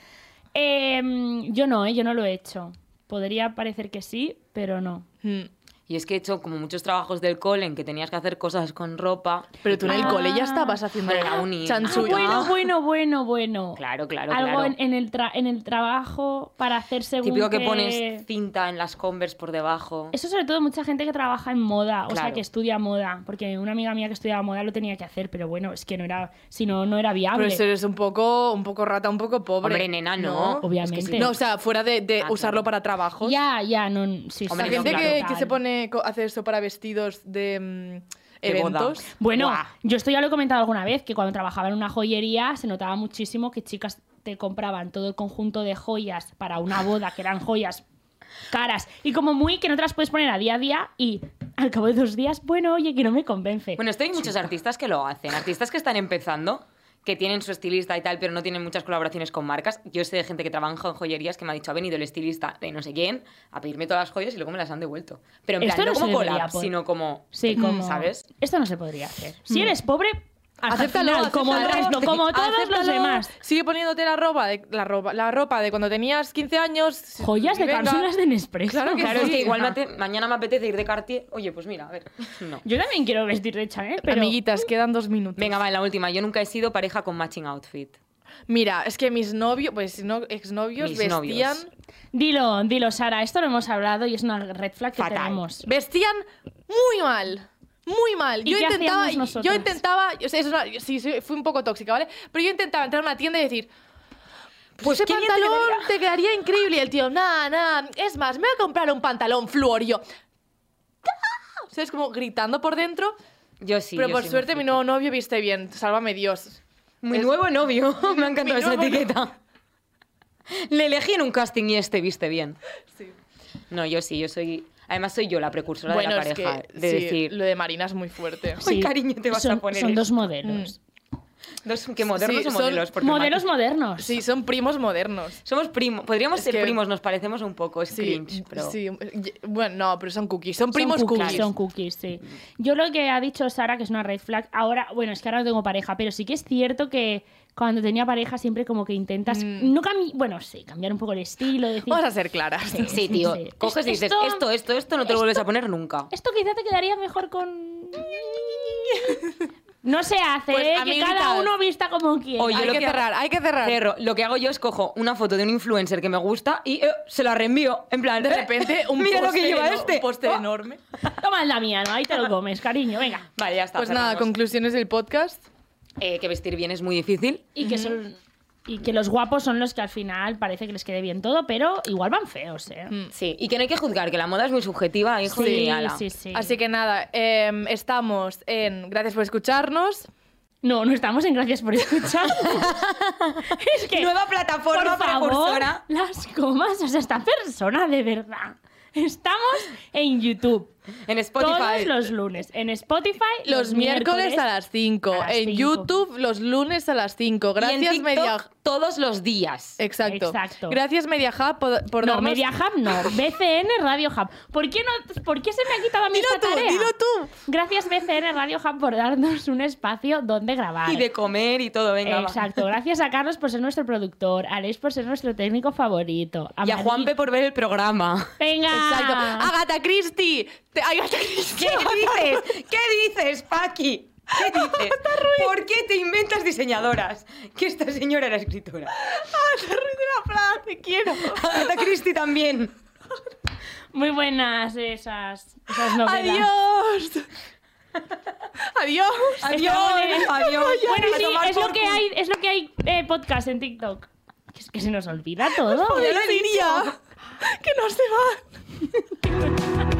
[SPEAKER 1] Em, yo no, ¿eh? yo no lo he hecho. Podría parecer que sí, pero no.
[SPEAKER 2] Mm.
[SPEAKER 4] Y es que he hecho como muchos trabajos del cole en que tenías que hacer cosas con ropa.
[SPEAKER 2] Pero tú en el
[SPEAKER 1] Ah.
[SPEAKER 2] cole ya estabas haciendo
[SPEAKER 4] Pero en la uni.
[SPEAKER 1] Ah,
[SPEAKER 2] chanchullo.
[SPEAKER 1] bueno, bueno, bueno, bueno.
[SPEAKER 4] Claro, claro,
[SPEAKER 1] Algo
[SPEAKER 4] claro.
[SPEAKER 1] En, en el tra- en el trabajo para hacer según
[SPEAKER 4] Típico que
[SPEAKER 1] qué-
[SPEAKER 4] pones cinta en las Converse por debajo.
[SPEAKER 1] Eso sobre todo mucha gente que trabaja en moda, o sea,
[SPEAKER 4] Claro.
[SPEAKER 1] que estudia moda, porque una amiga mía que estudiaba moda lo tenía que hacer, pero bueno, es que no era, si no, no era viable.
[SPEAKER 2] Pero eso eres un poco, un poco rata, un poco pobre.
[SPEAKER 4] Hombre, nena, no.
[SPEAKER 1] Obviamente.
[SPEAKER 4] Es que sí.
[SPEAKER 2] No, o sea, fuera de, de
[SPEAKER 4] Ah,
[SPEAKER 2] usarlo
[SPEAKER 4] claro.
[SPEAKER 2] para trabajos.
[SPEAKER 1] Ya, ya, no, sí, sí,
[SPEAKER 4] Hombre,
[SPEAKER 2] La
[SPEAKER 1] sí,
[SPEAKER 4] no,
[SPEAKER 2] gente
[SPEAKER 1] sí,
[SPEAKER 2] que,
[SPEAKER 1] total.
[SPEAKER 2] que se pone co- hace esto para vestidos de mm,
[SPEAKER 4] De boda.
[SPEAKER 2] eventos.
[SPEAKER 1] Bueno,
[SPEAKER 4] Buah.
[SPEAKER 1] yo esto ya lo he comentado alguna vez, que cuando trabajaba en una joyería se notaba muchísimo que chicas te compraban todo el conjunto de joyas para una boda, que eran joyas caras, y como muy que no te las puedes poner a día a día y al cabo de dos días, bueno, oye, que no me convence.
[SPEAKER 4] Bueno, esto hay muchos artistas que lo hacen. Artistas que están empezando, que tienen su estilista y tal, pero no tienen muchas colaboraciones con marcas. Yo sé de gente que trabaja en joyerías que me ha dicho, ha venido el estilista de no sé quién a pedirme todas las joyas y luego me las han devuelto. Pero en plan,
[SPEAKER 1] Esto
[SPEAKER 4] no,
[SPEAKER 1] no se
[SPEAKER 4] como
[SPEAKER 1] debería
[SPEAKER 4] collab,
[SPEAKER 1] poder.
[SPEAKER 4] sino como...
[SPEAKER 2] Eh,
[SPEAKER 1] sí, como,
[SPEAKER 4] ¿Sabes?
[SPEAKER 1] Esto no se podría hacer. Si eres pobre, hasta el
[SPEAKER 2] Mm. Acéptalo,
[SPEAKER 1] final, como,
[SPEAKER 2] acéptalo.
[SPEAKER 1] otras- no, como todos los
[SPEAKER 2] Acéptalo.
[SPEAKER 1] demás.
[SPEAKER 2] Sigue poniéndote la ropa, de, la ropa, la ropa de cuando tenías 15 años.
[SPEAKER 1] Joyas de
[SPEAKER 2] Venga.
[SPEAKER 1] cápsulas de Nespresso.
[SPEAKER 2] Claro que
[SPEAKER 4] Claro,
[SPEAKER 2] sí.
[SPEAKER 4] es que igual me ate- mañana me apetece ir de Cartier. Oye, pues mira, a ver. No.
[SPEAKER 1] Yo también quiero vestir de Chanel, pero...
[SPEAKER 2] Amiguitas, quedan dos minutos.
[SPEAKER 4] Venga, va, en la última. Yo nunca he sido pareja con matching outfit.
[SPEAKER 2] Pues Mira, es que mis novios, pues no, exnovios
[SPEAKER 4] Mis
[SPEAKER 2] vestían.
[SPEAKER 4] novios.
[SPEAKER 1] Dilo, dilo, Sara, esto lo hemos hablado y es una red flag que
[SPEAKER 4] Fatal.
[SPEAKER 1] tenemos.
[SPEAKER 2] Vestían muy mal. Muy mal.
[SPEAKER 1] ¿Y
[SPEAKER 2] Yo
[SPEAKER 1] qué
[SPEAKER 2] intentaba.
[SPEAKER 1] hacíamos nosotras?
[SPEAKER 2] Yo intentaba. o sea, es una- sí, sí, fui un poco tóxica, ¿vale? Pero yo intentaba entrar a una tienda y decir. Pues
[SPEAKER 4] Pues
[SPEAKER 2] ese
[SPEAKER 4] qué bien te
[SPEAKER 2] pantalón
[SPEAKER 4] quedaría".
[SPEAKER 2] te quedaría increíble. Y el tío, nada, nada. Es más, me voy a comprar un pantalón flúor. Y yo. "Ah". O sea, es como gritando por dentro.
[SPEAKER 4] Yo sí.
[SPEAKER 2] pero
[SPEAKER 4] yo
[SPEAKER 2] por
[SPEAKER 4] sí me
[SPEAKER 2] suerte mi
[SPEAKER 4] flipo.
[SPEAKER 2] nuevo novio viste bien. Sálvame Dios.
[SPEAKER 4] Mi
[SPEAKER 2] es-
[SPEAKER 4] nuevo novio. me ha
[SPEAKER 2] Mi
[SPEAKER 4] encantado esa
[SPEAKER 2] nuevo
[SPEAKER 4] etiqueta. Le elegí en un casting y este viste bien.
[SPEAKER 2] Sí.
[SPEAKER 4] No, yo sí, yo soy. Además, soy yo la precursora
[SPEAKER 2] Bueno,
[SPEAKER 4] de la
[SPEAKER 2] es que
[SPEAKER 4] pareja. de
[SPEAKER 2] sí,
[SPEAKER 4] decir.
[SPEAKER 2] lo de Marina es muy fuerte.
[SPEAKER 4] Ay, cariño, te vas a
[SPEAKER 1] son,
[SPEAKER 4] poner
[SPEAKER 1] Son
[SPEAKER 4] esto.
[SPEAKER 1] dos
[SPEAKER 2] Mm.
[SPEAKER 1] modelos.
[SPEAKER 4] Dos, ¿Qué modernos
[SPEAKER 2] Sí,
[SPEAKER 4] o
[SPEAKER 2] son
[SPEAKER 4] modelos? Porque
[SPEAKER 1] Modelos
[SPEAKER 4] Mati-
[SPEAKER 1] modernos.
[SPEAKER 2] Sí, son primos modernos.
[SPEAKER 4] Somos primos. Podríamos
[SPEAKER 2] Es
[SPEAKER 4] ser
[SPEAKER 2] que-
[SPEAKER 4] primos, nos parecemos un poco. Es
[SPEAKER 2] Sí,
[SPEAKER 4] cringe, pero.
[SPEAKER 2] sí, y- Bueno, no, pero son cookies. Son primos
[SPEAKER 1] son cookies,
[SPEAKER 2] cookies.
[SPEAKER 1] son cookies, sí. Yo lo que ha dicho Sara, que es una red flag, ahora, bueno, es que ahora no tengo pareja, pero sí que es cierto que cuando tenía pareja siempre como que intentas,
[SPEAKER 2] Mm.
[SPEAKER 1] no cami- bueno, sí, cambiar un poco el estilo, decir,
[SPEAKER 2] Vamos a ser claras.
[SPEAKER 1] Sí.
[SPEAKER 4] Sí, tío.
[SPEAKER 1] Sí.
[SPEAKER 4] Coges y dices,
[SPEAKER 1] Esto-
[SPEAKER 4] esto, esto, esto no te lo vuelves a poner nunca.
[SPEAKER 1] esto quizá te quedaría mejor con... No se hace,
[SPEAKER 2] Pues,
[SPEAKER 1] ¿eh? que
[SPEAKER 2] amiguitas.
[SPEAKER 1] cada uno vista como quiera.
[SPEAKER 4] Oye,
[SPEAKER 2] hay
[SPEAKER 4] lo
[SPEAKER 2] que,
[SPEAKER 4] que hago-
[SPEAKER 2] cerrar, hay que cerrar.
[SPEAKER 4] Cerro. Lo que hago yo es cojo una foto de un influencer que me gusta y eh, se la reenvío. En plan,
[SPEAKER 2] De
[SPEAKER 4] eh,
[SPEAKER 2] repente, un
[SPEAKER 4] mira lo
[SPEAKER 2] póster
[SPEAKER 4] que lleva
[SPEAKER 2] eno-
[SPEAKER 4] este.
[SPEAKER 2] un póster
[SPEAKER 4] Oh.
[SPEAKER 2] enorme.
[SPEAKER 1] Toma la mía, ¿no? Ahí te lo comes, cariño, venga.
[SPEAKER 4] Vale, ya está.
[SPEAKER 2] Pues nada,
[SPEAKER 4] cerramos.
[SPEAKER 2] conclusiones del podcast.
[SPEAKER 4] Eh, que vestir bien es muy difícil.
[SPEAKER 1] Y que son... Y que los guapos son los que al final parece que les quede bien todo, pero igual van feos, ¿eh?
[SPEAKER 4] Sí. Y que no hay que juzgar, que la moda es muy subjetiva, hijo de Mm. ala.
[SPEAKER 1] sí, sí.
[SPEAKER 2] Así que nada, em, estamos en. Gracias por escucharnos.
[SPEAKER 1] No, no estamos en gracias por escuchar. es que...
[SPEAKER 4] Nueva plataforma
[SPEAKER 1] por favor,
[SPEAKER 4] precursora.
[SPEAKER 1] las comas, o sea, esta persona de verdad. Estamos en YouTube.
[SPEAKER 4] En Spotify.
[SPEAKER 1] Todos los lunes. En Spotify.
[SPEAKER 2] Los, miércoles, a las 5.
[SPEAKER 1] a las
[SPEAKER 2] En
[SPEAKER 1] cinco.
[SPEAKER 2] YouTube, los lunes a las 5.
[SPEAKER 4] Y en
[SPEAKER 2] Gracias,
[SPEAKER 4] TikTok Eh,
[SPEAKER 2] Media.
[SPEAKER 4] Todos los días.
[SPEAKER 2] Exacto.
[SPEAKER 1] Exacto.
[SPEAKER 2] Gracias, Media Hub, por, por
[SPEAKER 1] No,
[SPEAKER 2] darnos-
[SPEAKER 1] Media Hub no. BCN Radio Hub. ¿Por qué, no, ¿Por qué se me ha quitado a mí
[SPEAKER 2] Dilo
[SPEAKER 1] esta
[SPEAKER 2] tú,
[SPEAKER 1] tarea?
[SPEAKER 2] dilo tú.
[SPEAKER 1] Gracias, BCN Radio Hub, por darnos un espacio donde grabar.
[SPEAKER 4] Y de comer y todo, venga. va.
[SPEAKER 1] Exacto. Gracias a Carlos por ser nuestro productor, a Alex por ser nuestro técnico favorito.
[SPEAKER 4] Y a
[SPEAKER 1] Mari-
[SPEAKER 4] Juanpe por ver el programa.
[SPEAKER 1] Venga.
[SPEAKER 2] Exacto.
[SPEAKER 4] Ah.
[SPEAKER 2] Agatha Christie. Te- Agatha Christie.
[SPEAKER 4] ¿Qué dices? ¿Qué dices, Paqui? ¿Qué dices? ¿Por qué te inventas diseñadoras? Que esta señora era escritora.
[SPEAKER 2] Ah, Te quiero.
[SPEAKER 4] Agatha Christie también.
[SPEAKER 1] Muy buenas esas, esas novelas.
[SPEAKER 2] Adiós. Adiós.
[SPEAKER 4] Adiós, adiós.
[SPEAKER 1] Bueno,
[SPEAKER 4] A
[SPEAKER 1] sí,
[SPEAKER 4] tomar
[SPEAKER 1] es lo
[SPEAKER 4] por
[SPEAKER 1] que
[SPEAKER 4] culo.
[SPEAKER 1] hay, es lo que hay eh, podcast en TikTok. Que Es
[SPEAKER 4] Pues
[SPEAKER 1] que se nos olvida todo.
[SPEAKER 2] Alegría. Que no se va.